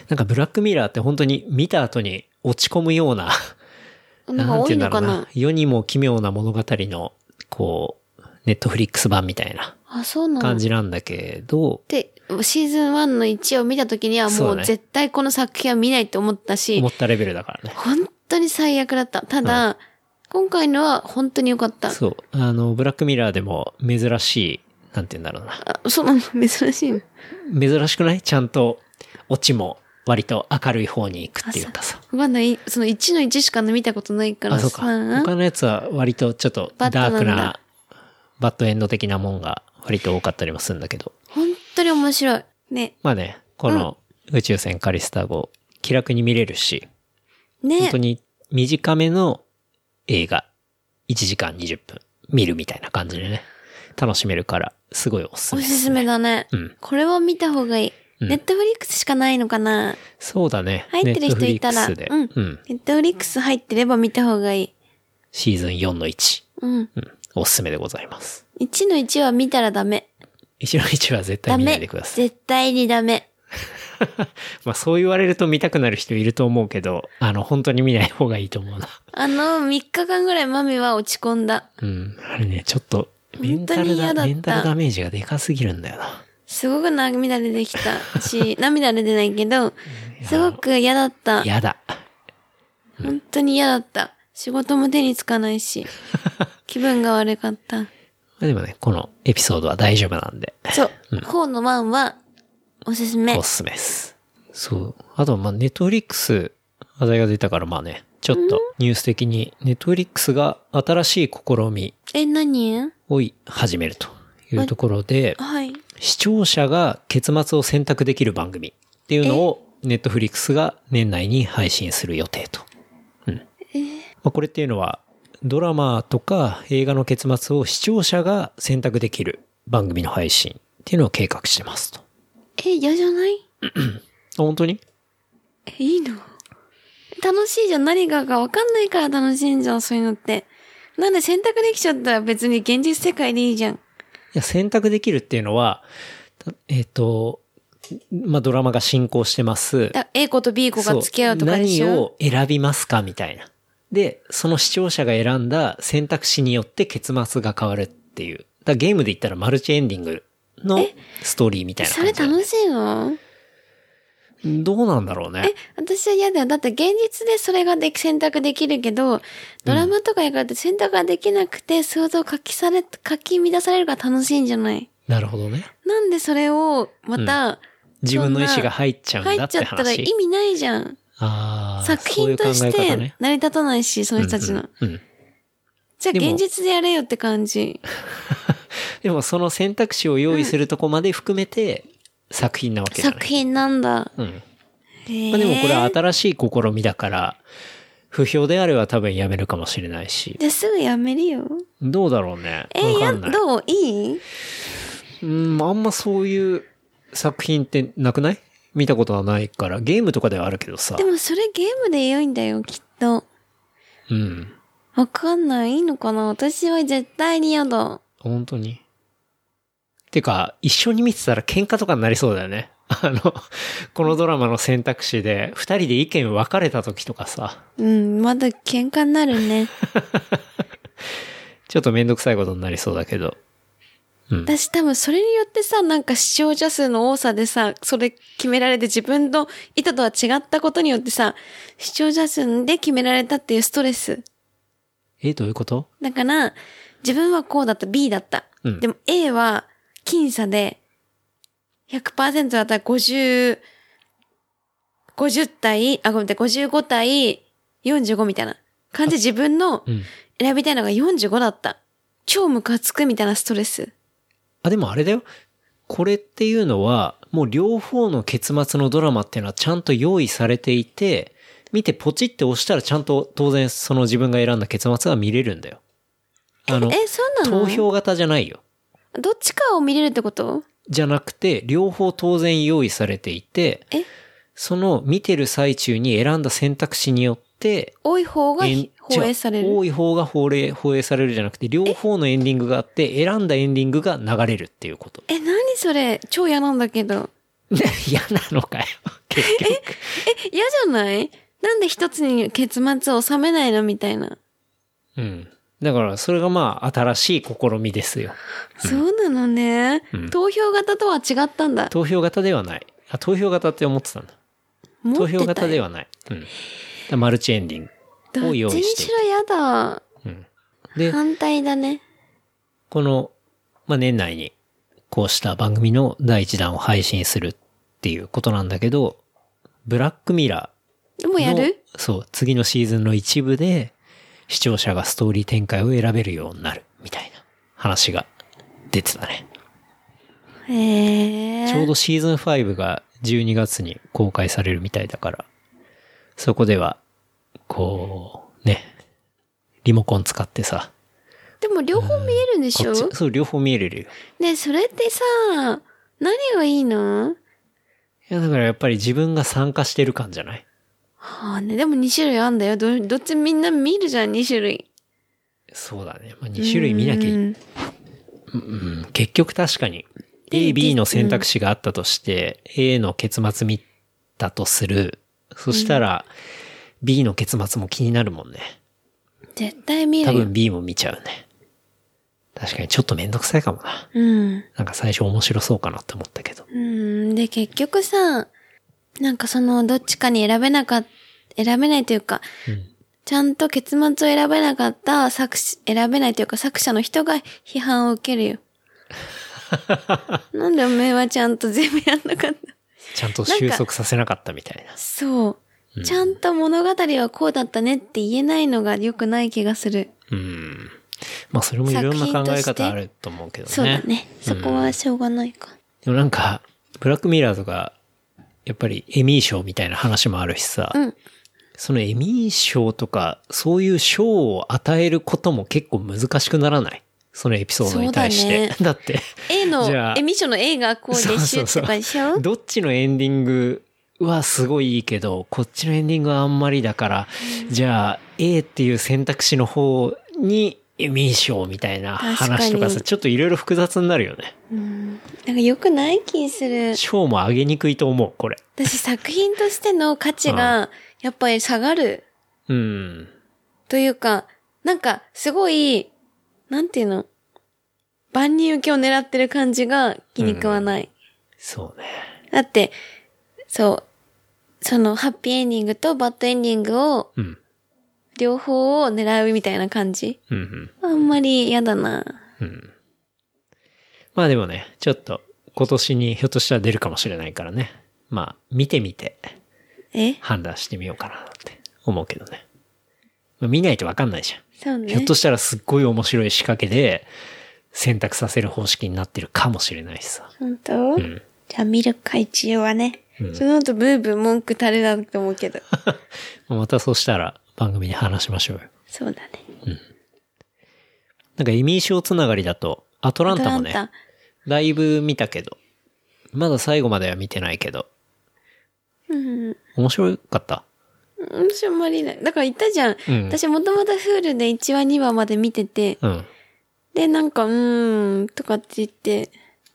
B: なんかブラックミラーって本当に見た後に落ち込むような、
C: なんか多いのかな
B: 世にも奇妙な物語の、こう、ネットフリックス版みたいな
C: あ、そうなの
B: 感
C: っ
B: じなんだけど、
C: て、シーズン1の1を見た時には
B: そ
C: も
B: う
C: う
B: ね
C: 絶対この作品は見ないって思ったし、
B: 思ったレベルだからね。
C: 本当に最悪だった。ただ、今回のは本当に良かった。
B: そう。あの、ブラックミラーでも珍しい、なんて言うんだろうな。
C: あそうなの珍しいの。
B: 珍しくないちゃんと、オチも割と明るい方に行くっていうかさ。
C: まだい、その1の1しか見たことないから
B: あ、そ
C: さ
B: うか。他のやつは割とちょっとダ
C: バッドなん
B: ー
C: だ
B: クな、バッドエンド的なもんが割と多かったりもするんだけど。
C: 本当に面白い。ね。
B: まあね、この宇宙船カリスタ号、気楽に見れるし、本
C: ね
B: 当。に短めの映画、1時間20分見るみたいな感じでね、楽しめるから、すごいおすす
C: お
B: め。
C: すすめだね。
B: うん
C: これは見た方がいい。
B: うん
C: ネットフリックスしかないのかな
B: そうだね。
C: 入ってる人いたら
B: Netflix で
C: うん
B: うん。
C: ネットフリックス入ってれば見た方がいい。
B: シーズン4の1。
C: うん。
B: うん。おすすめでございます。
C: 1の1は見たらダメ。
B: 1の1は絶対
C: ダ
B: 見ない
C: メ
B: でくだ。さい。
C: 絶対にダメ。
B: まあそう言われると見たくなる人いると思うけど、あの、本当に見ない方がいいと 思うな。
C: あの、3日間ぐらいマミは落ち込んだ。
B: うん。あれね、ちょっと、メンタ
C: 本当
B: ル
C: に嫌
B: だ、
C: だった
B: メンタルダメージがでかすぎるんだよな。
C: すごく涙出てき たし、涙出てないけど、すごく嫌だった。
B: やだ。
C: 本当に嫌だった。仕事も手につかな いし、気分が悪かった。
B: でもね、このエピソードは大丈夫なんで、
C: そう。4の1は、おすすめ
B: お。すすめです。そう。あとはまあ、ネットフリックス、話題が出たからまあね、ちょっとニュース的に、ネットフリックスが新しい試み
C: え、何
B: を始めるというところで、
C: はい。
B: 視聴者が結末を選択できる番組っていうのを、ネットフリックスが年内に配信する予定と。うん。まあ、これっていうのは、ドラマとか映画の結末を視聴者が選択できる番組の配信っていうのを計画してますと。
C: え、嫌じゃない
B: あ本当に
C: え、いいの楽しいじゃん。何がかわかんないから楽しいんじゃん、そういうのって。なんで選択できちゃったら別に現実世界でいいじゃん。
B: いや、選択できるっていうのは、たえっ、と、まあ、ドラマが進行してます。
C: だ A 子と B 子が付き合うとかでし
B: そう何
C: ょ
B: を選びますかみたいな。で、その視聴者が選んだ選択肢によって結末が変わるっていう。だからゲームで言ったらマルチエンディングのストーリーみたいな
C: そ
B: 感
C: れ
B: じだよ
C: 楽
B: ね。
C: しいの
B: どうなんだろうね。
C: 私は嫌だよ。だって現実でそれができ選択できるけど、ドラマとか映画って選択ができなくて想像をかきされ、かき乱されるから楽しいんじゃない
B: なるほどね。
C: なんでそれをまた
B: 自分の意思が入っちゃうん
C: 入
B: だ
C: っ
B: っ
C: ちゃ
B: て
C: ったら
B: 話。
C: 意味ないじゃん。
B: ああ、
C: 作品とし
B: そういう考え
C: て
B: 方ね。
C: 成り立たないし、その人たちの。
B: うんうんうん
C: じゃ
B: で
C: あ
B: も
C: 現実でやれよって感じ。
B: でもその選択肢を用意するとこまで含めて作品なわけだね。
C: 作品なんだ。
B: うん。
C: へえ
B: まあ、でもこれは新しい試みだから、不評であれば多分やめるかもしれないし。
C: じゃあすぐやめるよ。
B: どうだろうね。
C: えー、
B: わか
C: や、
B: んない。
C: どういい
B: うん、あんまそういう作品ってなくない見たことはないから、ゲームとかではあるけどさ
C: で。もそれゲームで良いんだよ、きっと。
B: うん。
C: わかんない。いいのかな私は絶対に嫌だ。
B: 本当に。てか、一緒に見てたら喧嘩とかになりそうだよね。 あの、このドラマの選択肢で、二人で意見分かれた時とかさ、
C: うん、まだ喧嘩になる ね。
B: ちょっとめんどくさいことになりそうだけど。うん。
C: 私多分それによってさ、なんか視聴者数の多さでさ、それ決められて自分の意図とは違ったことによってさ、視聴者数で決められたっていうストレス。
B: え、どういうこと
C: だから、自分はこうだった、B だった。
B: うん
C: でも A は、僅差で、100%だったら50、50対、あ、ごめんなさい、55対45みたいな感じで自分の
B: うん。
C: 選びたいのが45だった。超ムカつくみたいなストレス。
B: あ、でもあれだよ。これっていうのは、もう両方の結末のドラマっていうのはちゃんと用意されていて、見てポチって押したらちゃんと当然その自分が選んだ結末が見れるんだよ。あの、
C: え、そうなの
B: 投票型じゃないよ。
C: どっちかを見れるってこと
B: じゃなくて、両方当然用意されていて、
C: え
B: その見てる最中に選んだ選択肢によって、
C: 多い方が
B: えん
C: ひ放映され
B: 違う
C: る。
B: 多い方が放映放映されるじゃなくて、両方のエンディングがあって、選んだエンディングが流れるっていうこと。
C: え、何それ超嫌なんだけど。
B: 嫌なのか よ。結局。
C: え、嫌じゃないなんで一つに結末を収めないのみたいな。
B: うん。だから、それがまあ、新しい試みですよ。
C: そうなのね。
B: うん
C: 投票型とは違ったんだ。
B: 投票型ではない。あ、投票型って思ってたんだ。
C: 持
B: 投
C: ってた
B: 票型で
C: は。
B: はない。うん。だからマルチエンディング
C: どっ
B: を
C: ち
B: 用
C: に
B: 意してい
C: し
B: く
C: ろ嫌だ。
B: うん。で、
C: 反対だね。
B: この、まあ、年内に、こうした番組の第一弾を配信するっていうことなんだけど、ブラックミラ
C: でも
B: ーの、
C: やる
B: そう、次のシーズンの一部で、視聴者がストーリー展開を選べるようになる、みたいな話が出てたね。
C: へえ。
B: ちょうどシーズン5が12月に公開されるみたいだから、そこでは、こう、ね、リモコン使ってさ、
C: でも両方見えるんでし
B: こ
C: ょ
B: っち、そう、両方見れるよ。
C: ねえそれってさ、何がいいの
B: いや、だからやっぱり自分が参加してる感じゃない
C: はあね、でも2種類あんだよ。ど、どっちみんな見るじゃん、2種類。
B: そうだね。まあ、2種類見なきゃいい。
C: うん
B: うん結局確かに、A、B の選択肢があったとして、A の結末見たとする。そしたら、B の結末も気になるもんね。
C: 絶対見
B: 多
C: るよ
B: 分。B も見ちゃうね。確かにちょっとめんどくさいかもな。
C: うん。
B: なんか最初面白そうかなって思ったけど。
C: うん。で、結局さ、なんかその、どっちかに選べなかっ選べないというか、
B: うん。
C: ちゃんと結末を選べなかった作詞、選べないというか作者の人が批判を受ける よ。なんでおめえはちゃんと全部やんなかった
B: ちゃんと収束させなかったみたいな。
C: そう。ちゃんと物語はこうだったねって言えないのが良くない気がする。
B: うん。まあそれもいろんな考え方あると思うけどね。
C: そうだね。そこはしょうがないか。
B: でもなんか、ブラックミラーとか、やっぱりエミー賞みたいな話もあるしさ、
C: うん
B: そのエミー賞とか、そういう賞を与えることも結構難しくならないそのエピソードに対して。 だっ
C: そ
B: て、
C: A の
B: じゃ、あ
C: エミッションの A がこう
B: そう
C: でし
B: そ
C: ゅっ
B: う
C: て
B: そう
C: かでしょ
B: どっちのエンディングはすごいいいけど、こっちのエンディングはあんまりだから、じゃあ A っていう選択肢の方にエミー賞みたいな話とか
C: 確か
B: さ、
C: に
B: ちょっといろいろ複雑になるよね。
C: なんか良くない気する。
B: 賞も上げにくいと思う、これ。
C: 私作品としての価値がやっぱり下がる
B: うん。
C: というか、なんかすごい、なんていうの万人受けを狙ってる感じが気に食わない。
B: そうね。
C: だって、そう、そのハッピーエンディングとバッドエンディングを
B: うん。
C: 両方を狙うみたいな感じ
B: うんうん。
C: あんまり嫌だな。
B: まあでもね、ちょっと今年にひょっとしたら出るかもしれないからね。まあ見てみて
C: え
B: 判断してみようかなって思うけどね。まあ見ないとわかんないじゃん。
C: そうね。
B: ひょっとしたらすっごい面白い仕掛けで選択させる方式になってるかもしれないしさ。
C: 本当、
B: うん。
C: じゃあ見るか一応はね。その後ブーブー文句垂れだと思う けど。
B: またそうしたら番組で話しましょうよ。
C: そうだね。
B: なんかエミー賞つながりだと、アトランタもね、
C: アトラン
B: ライブ見たけど、まだ最後までは見てないけど、
C: タうん。
B: 面白かった。
C: うん、しょんまりない。だから言ったじゃん。
B: うん
C: 私もともと Hulu で1話2話まで見てて、
B: うん。
C: で、なんか、うーん、とかって言って、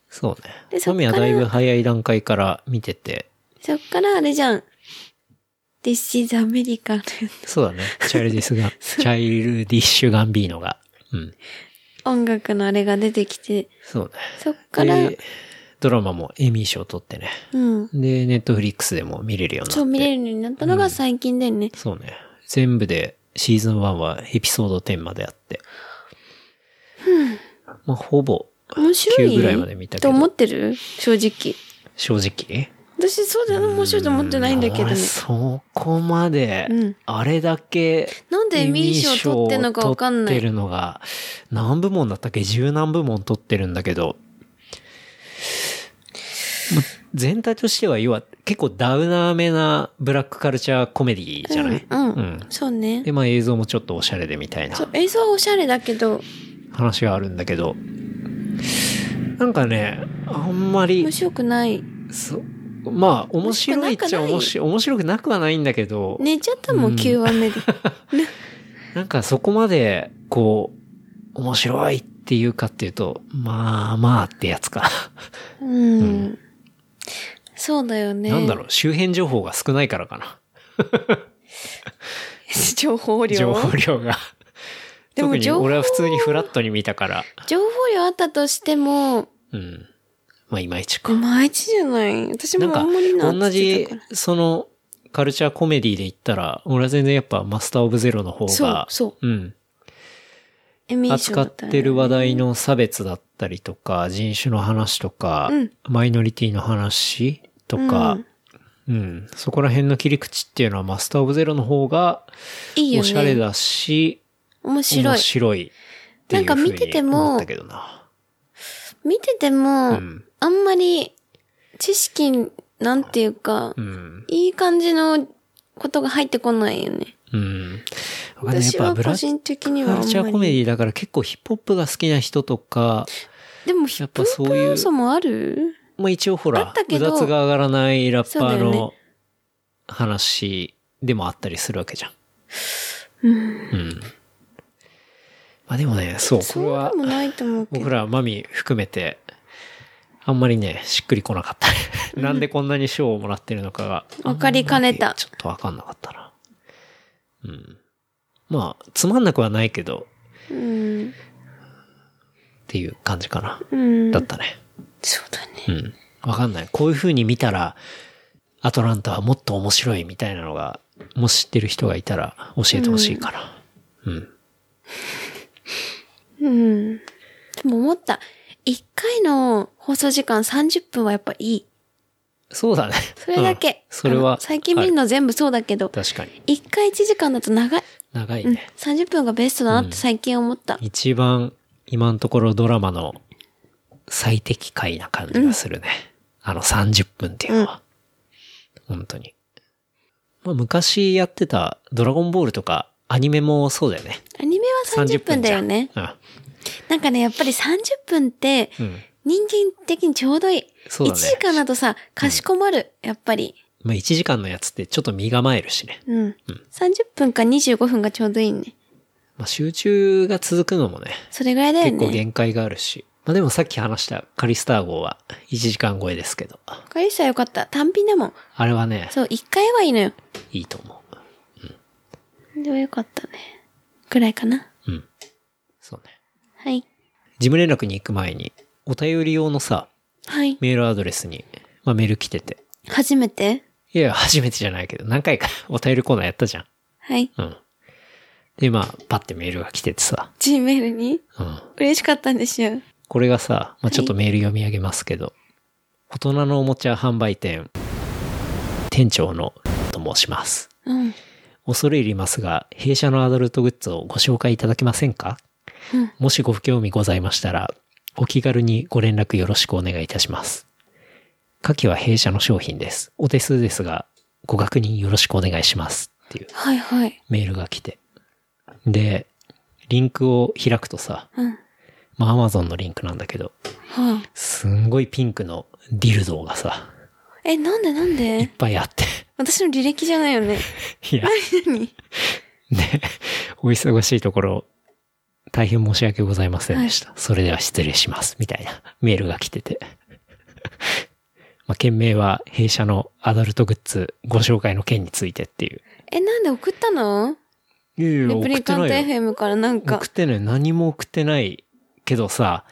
B: そうね。
C: でそっ
B: マ
C: か
B: ミはだ
C: ら
B: いぶ早い段階から見てて、
C: そっからあれじゃん。This is America の
B: そうだね。チャイルディス ガン、チャイルディッシュガンビーノが。うん。
C: 音楽のあれが出てきて、
B: そう
C: そっか
B: ね。
C: ら、
B: で、ドラマもエミー賞取ってね。
C: うん。
B: で、ネットフリックスでも見れるようになって。
C: そう見れるようになったのが最近だよね。
B: そうね。全部でシーズン1はエピソード10まであって。まあ、ほぼ
C: 面白い
B: 9ぐらいまで見たけど
C: と思ってる正直。
B: 正直。
C: 私そうだな、面白いと思ってないんだけどね
B: 俺。そこまで、
C: うん
B: あれだけ、
C: なんでエミー賞取ってんのかわかんない
B: エミー賞取ってるのが、何部門だったっけ十何部門取ってるんだけど、ま全体としては、要は結構ダウナーめなブラックカルチャーコメディじゃない、
C: うん、
B: う
C: うんん。そうね。
B: で、まあ映像もちょっとおしゃれでみたいな
C: そう、映像はおしゃれだけど、
B: 話があるんだけど、なんかね、あんまり
C: 面、白くない。
B: そうまあ、面白いっちゃ面
C: 面
B: 白い、面白くなくはないんだけど、
C: 寝ちゃったも
B: うん
C: ん、9話目で。
B: なんかそこまで、こう、面白いっていうかっていうと、まあまあってやつか。
C: うん。
B: うん
C: そうだよ ね。
B: なんだろう、周辺情報が少ないからかな。
C: 情報量
B: 情報量が。
C: でも
B: 特に
C: 情報
B: 俺は普通にフラットに見たから。
C: 情報量あったとしても、
B: うん。まあいまいちか
C: い。まいちじゃない。私
B: なん
C: もあ
B: か
C: んまり、な
B: 同
C: って
B: じ
C: たから、
B: その、カルチャーコメディで言ったら、俺は全然やっぱマスターオブゼロの方
C: そう
B: が、、
C: そう。
B: うん。
C: エミー賞
B: 扱
C: だ
B: っ
C: ったよね
B: てる話題の差別だったりとか、人種の話とか、
C: うん
B: マイノリティの話とか、うん、そこら辺の切り口っていうのはマスターオブゼロの方が、
C: いいよね。
B: おしゃれだし、
C: 面白い
B: 面。白いっていうふう
C: なん
B: に
C: か見てても
B: 思ったけどな。
C: 見てても、
B: うん。
C: あんまり知識、なんていうか、
B: うん。
C: いい感じのことが入ってこないよね。
B: うん。わかんないやっ
C: 私
B: ぱ
C: は
B: ブラ
C: 個
B: ジル
C: 人的には
B: カ
C: あんま
B: ル
C: り。
B: チャーコメディだから結構ヒップホップが好きな人とか、
C: でもヒ
B: や
C: ッ
B: っぱ
C: プホ
B: そ
C: ッ
B: う
C: プ
B: いう
C: 要素もある
B: まあ一応ほ
C: あ
B: ら
C: った、け
B: う
C: ど
B: だつが上がらないラッパー
C: そうだよ
B: の話でもあったりするわけじゃん。うん。まあでもね、そう、これ
C: そう
B: は
C: でもないと思うけ
B: 僕
C: ど。
B: らマミ含めて、あんまりね、しっくりこなかったね。なんでこんなに賞をもらってるのかが。
C: わかりかねた
B: あんまりちょっとわかんなかったな。うん。まあ、つまんなくはないけど、
C: うん。
B: っていう感じかな。
C: うん
B: だ。ったね。
C: そうだね。
B: うん。わかんない。こういう風に見たら、アトランタはもっと面白いみたいなのが、もし知ってる人がいたら教えてほしいかな。うん。
C: うん。でも思った。一回の放送時間30分はやっぱいい。
B: そうだね。
C: それだけ。
B: うんそれ
C: あ
B: は
C: の、最近見る
B: あ
C: の全部そうだけど
B: る、確かに。
C: 一回1時間だと長い。
B: 長い
C: うん。
B: ね。
C: 30分がベストだなって最近思った。
B: 一番、今のところドラマの最適解な感じがするね。あの30分っていうのは。本当に。まあ、昔やってたドラゴンボールとか、アニメもそうだよね。
C: アニメは30分だよね。
B: 30分
C: なんかね、やっぱり30分って、
B: じゃん。うん。うん。
C: 人間的にちょうどいい。
B: そうだ
C: 1
B: ね
C: 時間だとさ、かしこまる、やっぱり。
B: まあ、1時間のやつってちょっと身構えるしね。
C: うん。30分か25分がちょうどいいね。
B: まあ、集中が続くのもね、
C: それぐらいだよ
B: 結構
C: ね。
B: 限界があるし。まあ、でもさっき話したカリスター号は1時間超えですけど、
C: カリスタよかった。単品だもん。
B: あれはね、
C: そう、1回はいいのよ。
B: いいと思う。
C: でもよかったね。ぐらいかな。
B: うん。そうね。
C: はい。
B: 事務連絡に行く前に、お便り用のさ、
C: はい。
B: メールアドレスに、まあ、メール来てて。
C: 初めて
B: いや、初めてじゃないけど、何回かお便りコーナーやったじゃん。
C: はい。
B: うん。で、まあ、パッてメールが来ててさ、
C: G メールに
B: うん。
C: 嬉しかったんですよ。
B: これがさ、まあ、ちょっとメール読み上げますけど、大人のおもちゃ販売店、店長のと申します。
C: うん。
B: 恐れ入りますが、弊社のアダルトグッズをご紹介いただけませんか、
C: うん
B: もしご不興味ございましたら、お気軽にご連絡よろしくお願いいたします。下記は弊社の商品です。お手数ですが、ご確認よろしくお願いします。っていう
C: はいはい。
B: メールが来て。で、リンクを開くとさ、
C: うん。
B: まあ、アマゾンのリンクなんだけど、
C: はあ、
B: すんごいピンクのディルドーがさ、
C: え、なんでなん
B: いっ
C: で
B: ぱいあって。
C: 私の履歴じゃないよね。
B: いや、
C: 何
B: ね、お忙しいところ、大変申し訳ございませんでした。それでは失礼します。みたいなメールが来て て。まあ、件名は弊社のアダルトグッズご紹介の件についてっていう。
C: え、なんで送ったの
B: いやいや、
C: レプ
B: 送っ
C: リ
B: て
C: カント
B: ないよ。
C: FM からなんか
B: 送っ。てない。何も送ってないけどさ、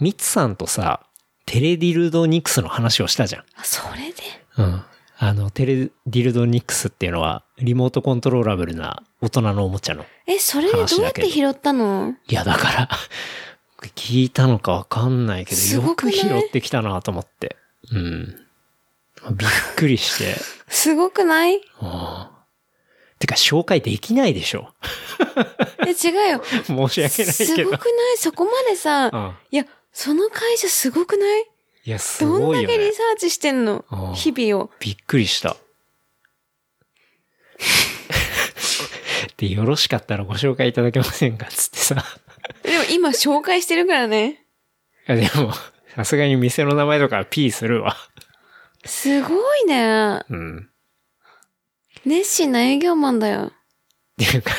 B: ミツさんとさ、テレディルドニクスの話をしたじゃん。
C: あ、それで
B: うん。あの、テレディルドニックスっていうのは、リモートコントローラブルな大人のおもちゃの。
C: え、それでどうやって拾ったの
B: いや、だから、 聞いたのかわかんないけ
C: す
B: ど、よ
C: ごく
B: く
C: ない
B: 拾ってきたなと思って。うん。びっくりして。
C: すごくないえ、
B: うんてか、紹介できないでしょ。
C: 違うよ。
B: 申し訳ない
C: す
B: け
C: ご
B: ど。
C: くないそこまで さ、
B: うん。
C: いや、その会社すごくない
B: いや、す
C: どん
B: ごい
C: だ
B: よ
C: け
B: ね
C: リ。サーチしてんの
B: うん
C: 日々を。
B: びっくり した。で、よろしかったらご紹介いただけませんかつってさ。
C: でも今紹介してるからね。
B: いやでも、さすがに店の名前とか P するわ。
C: すごいね。
B: うん。
C: 熱心な営業マンだよ。
B: っていうか、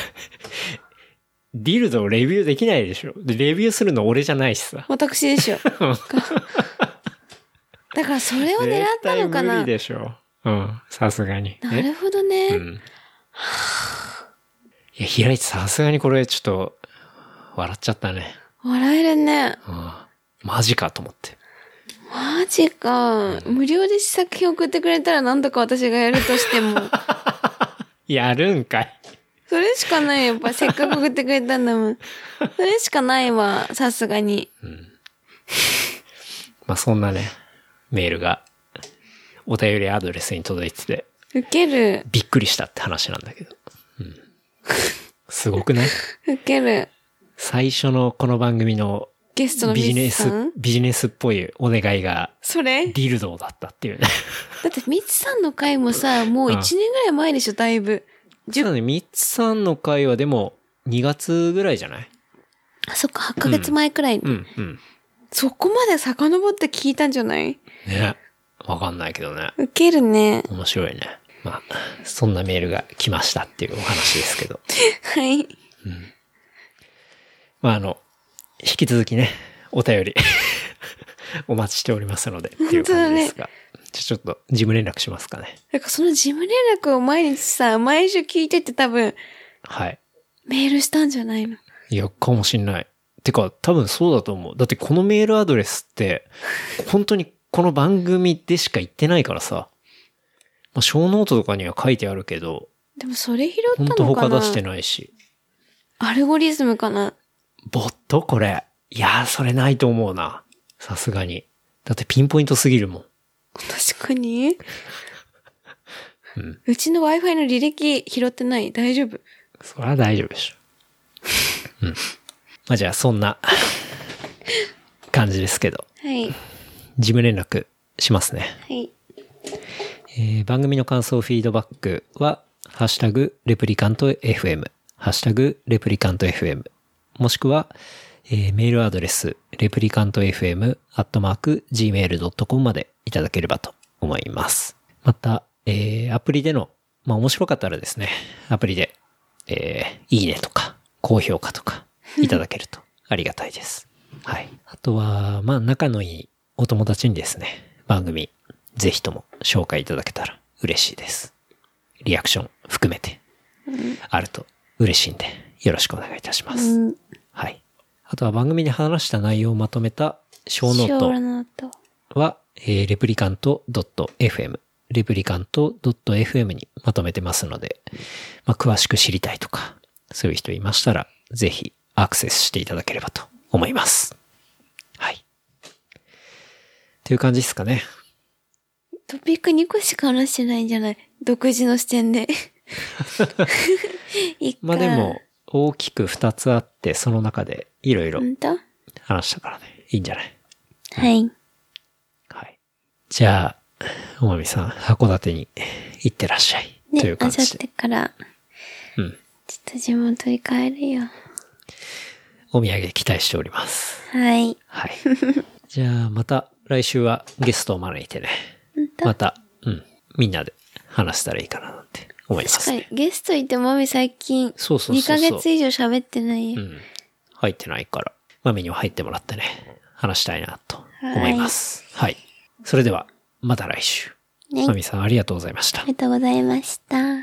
B: ディルドをレビューできないでしょ。でレビューするの俺じゃないしさ。
C: 私で しょ。だからそれを狙ったの
B: 絶対無
C: かな
B: 理。でしょ。うん、さすがに。
C: なるほど
B: えう
C: ね。
B: ん。いや、平市さすがにこれちょっと、笑っちゃったね。
C: 笑えるね。
B: うん。マジかと思って。
C: マジか。無料で試作品送ってくれたらなんとか私がやるとし ても。
B: やるんかい。
C: それしかないよ。やっぱせっかく送ってくれたんだもん。それしかないわ。さすがに。
B: まあ、そんなね、メールが、お便りアドレスに届いてて、
C: 受ける。
B: びっくりしたって話なんだけど。うん。すごくない
C: 受ける。
B: 最初のこの番組の
C: ゲストの
B: ビジ
C: ミ
B: ネ
C: ツさ
B: ス
C: ん、
B: ビジネスっぽいお願いが、
C: それ
B: ディルドーだったって いうね。
C: だってミツさんの回もさ、もう1
B: ああ
C: 年ぐらい前でしょ、だいぶ。
B: そうだね、ミッツさんの回はでも、2月ぐらいじゃない
C: あ、そっか、8ヶ月前くらい。
B: うん、うん。
C: そこまで遡って聞いたんじゃない
B: ね。わかんないけどね。
C: 受けるね。
B: 面白いね。まあ、そんなメールが来ましたっていうお話ですけど。
C: はい。
B: まあ、あの、引き続きね、お便り、 お待ちしておりますので、っていう感じですが。じゃあちょっと、事務連絡しますかね。
C: なんかその事務連絡を毎日さ、毎週聞いてて多分、
B: はい。
C: メールしたんじゃないの
B: いや、かもしんない。てか、多分そうだと思う。だってこのメールアドレスって、本当にこの番組でしか言ってないからさ。まあ、小ノートとかには書いてあるけど、
C: でもそれ拾った
B: 本
C: の
B: 当
C: か
B: 他
C: な
B: 出してないし。
C: アルゴリズムかな
B: ボットこれ。いやー、それないと思うな。さすがに。だってピンポイントすぎるもん。
C: 確かに。
B: うん
C: うちの Wi-Fi の履歴拾ってない大丈夫
B: そりゃ大丈夫でしょ。うん。まあ、じゃあそんな感じですけど、
C: はい。は
B: 事務連絡しますね。
C: い。
B: えー番組の感想、フィードバックは、ハッシュタグ、レプリカント FM、ハッシュタグ、レプリカント FM、もしくは、えーメールアドレス、レプリカント FM、アットマーク、gmail.com までいただければと思います。また、えーアプリでの、まあ、面白かったらですね、アプリで、えーいいねとか、高評価とか、いただけるとありがたいです。はい。あとは、まあ、仲のいいお友達にですね、番組、ぜひとも紹介いただけたら嬉しいです。リアクション含めて、あると嬉しいんで、よろしくお願いいたします。
C: うん。
B: はい。あとは番組で話した内容をまとめた小ノート。
C: ノート。
B: は、えー、レプリカント .fm、レプリカント .fm にまとめてますので、まあ、詳しく知りたいとか、そういう人いましたら、ぜひアクセスしていただければと思います。はい。という感じですかね。
C: トピック2個しか話してないんじゃない独自の視 点で。いっか。
B: まあでも、大きく2つあって、その中でいろいろ
C: 本当は
B: 話したからね、いいんじゃない
C: い。
B: はい。じゃあ、おまみさん、函館に行ってらっしゃい。とい
C: ね
B: う、
C: あ
B: 感
C: さっ
B: じで。
C: てから、
B: うん。
C: ちょっと地元に帰るよ。
B: お土産期待しております。
C: はい。
B: はい。じゃあまた来週はゲストを招いてね。また、うん。みんなで話したらいいかななんて思いま
C: 確
B: す
C: か
B: ね、
C: に、ゲストいてもみ最近、
B: そうそうそう
C: 2
B: そう
C: ヶ月以上喋ってないよ。
B: うん。入ってないから、マミには入ってもらってね、話したいなと思います。はい。それでは、また来週。
C: ね。
B: マ
C: あり
B: ミさんありがとうございました。
C: がとうございました。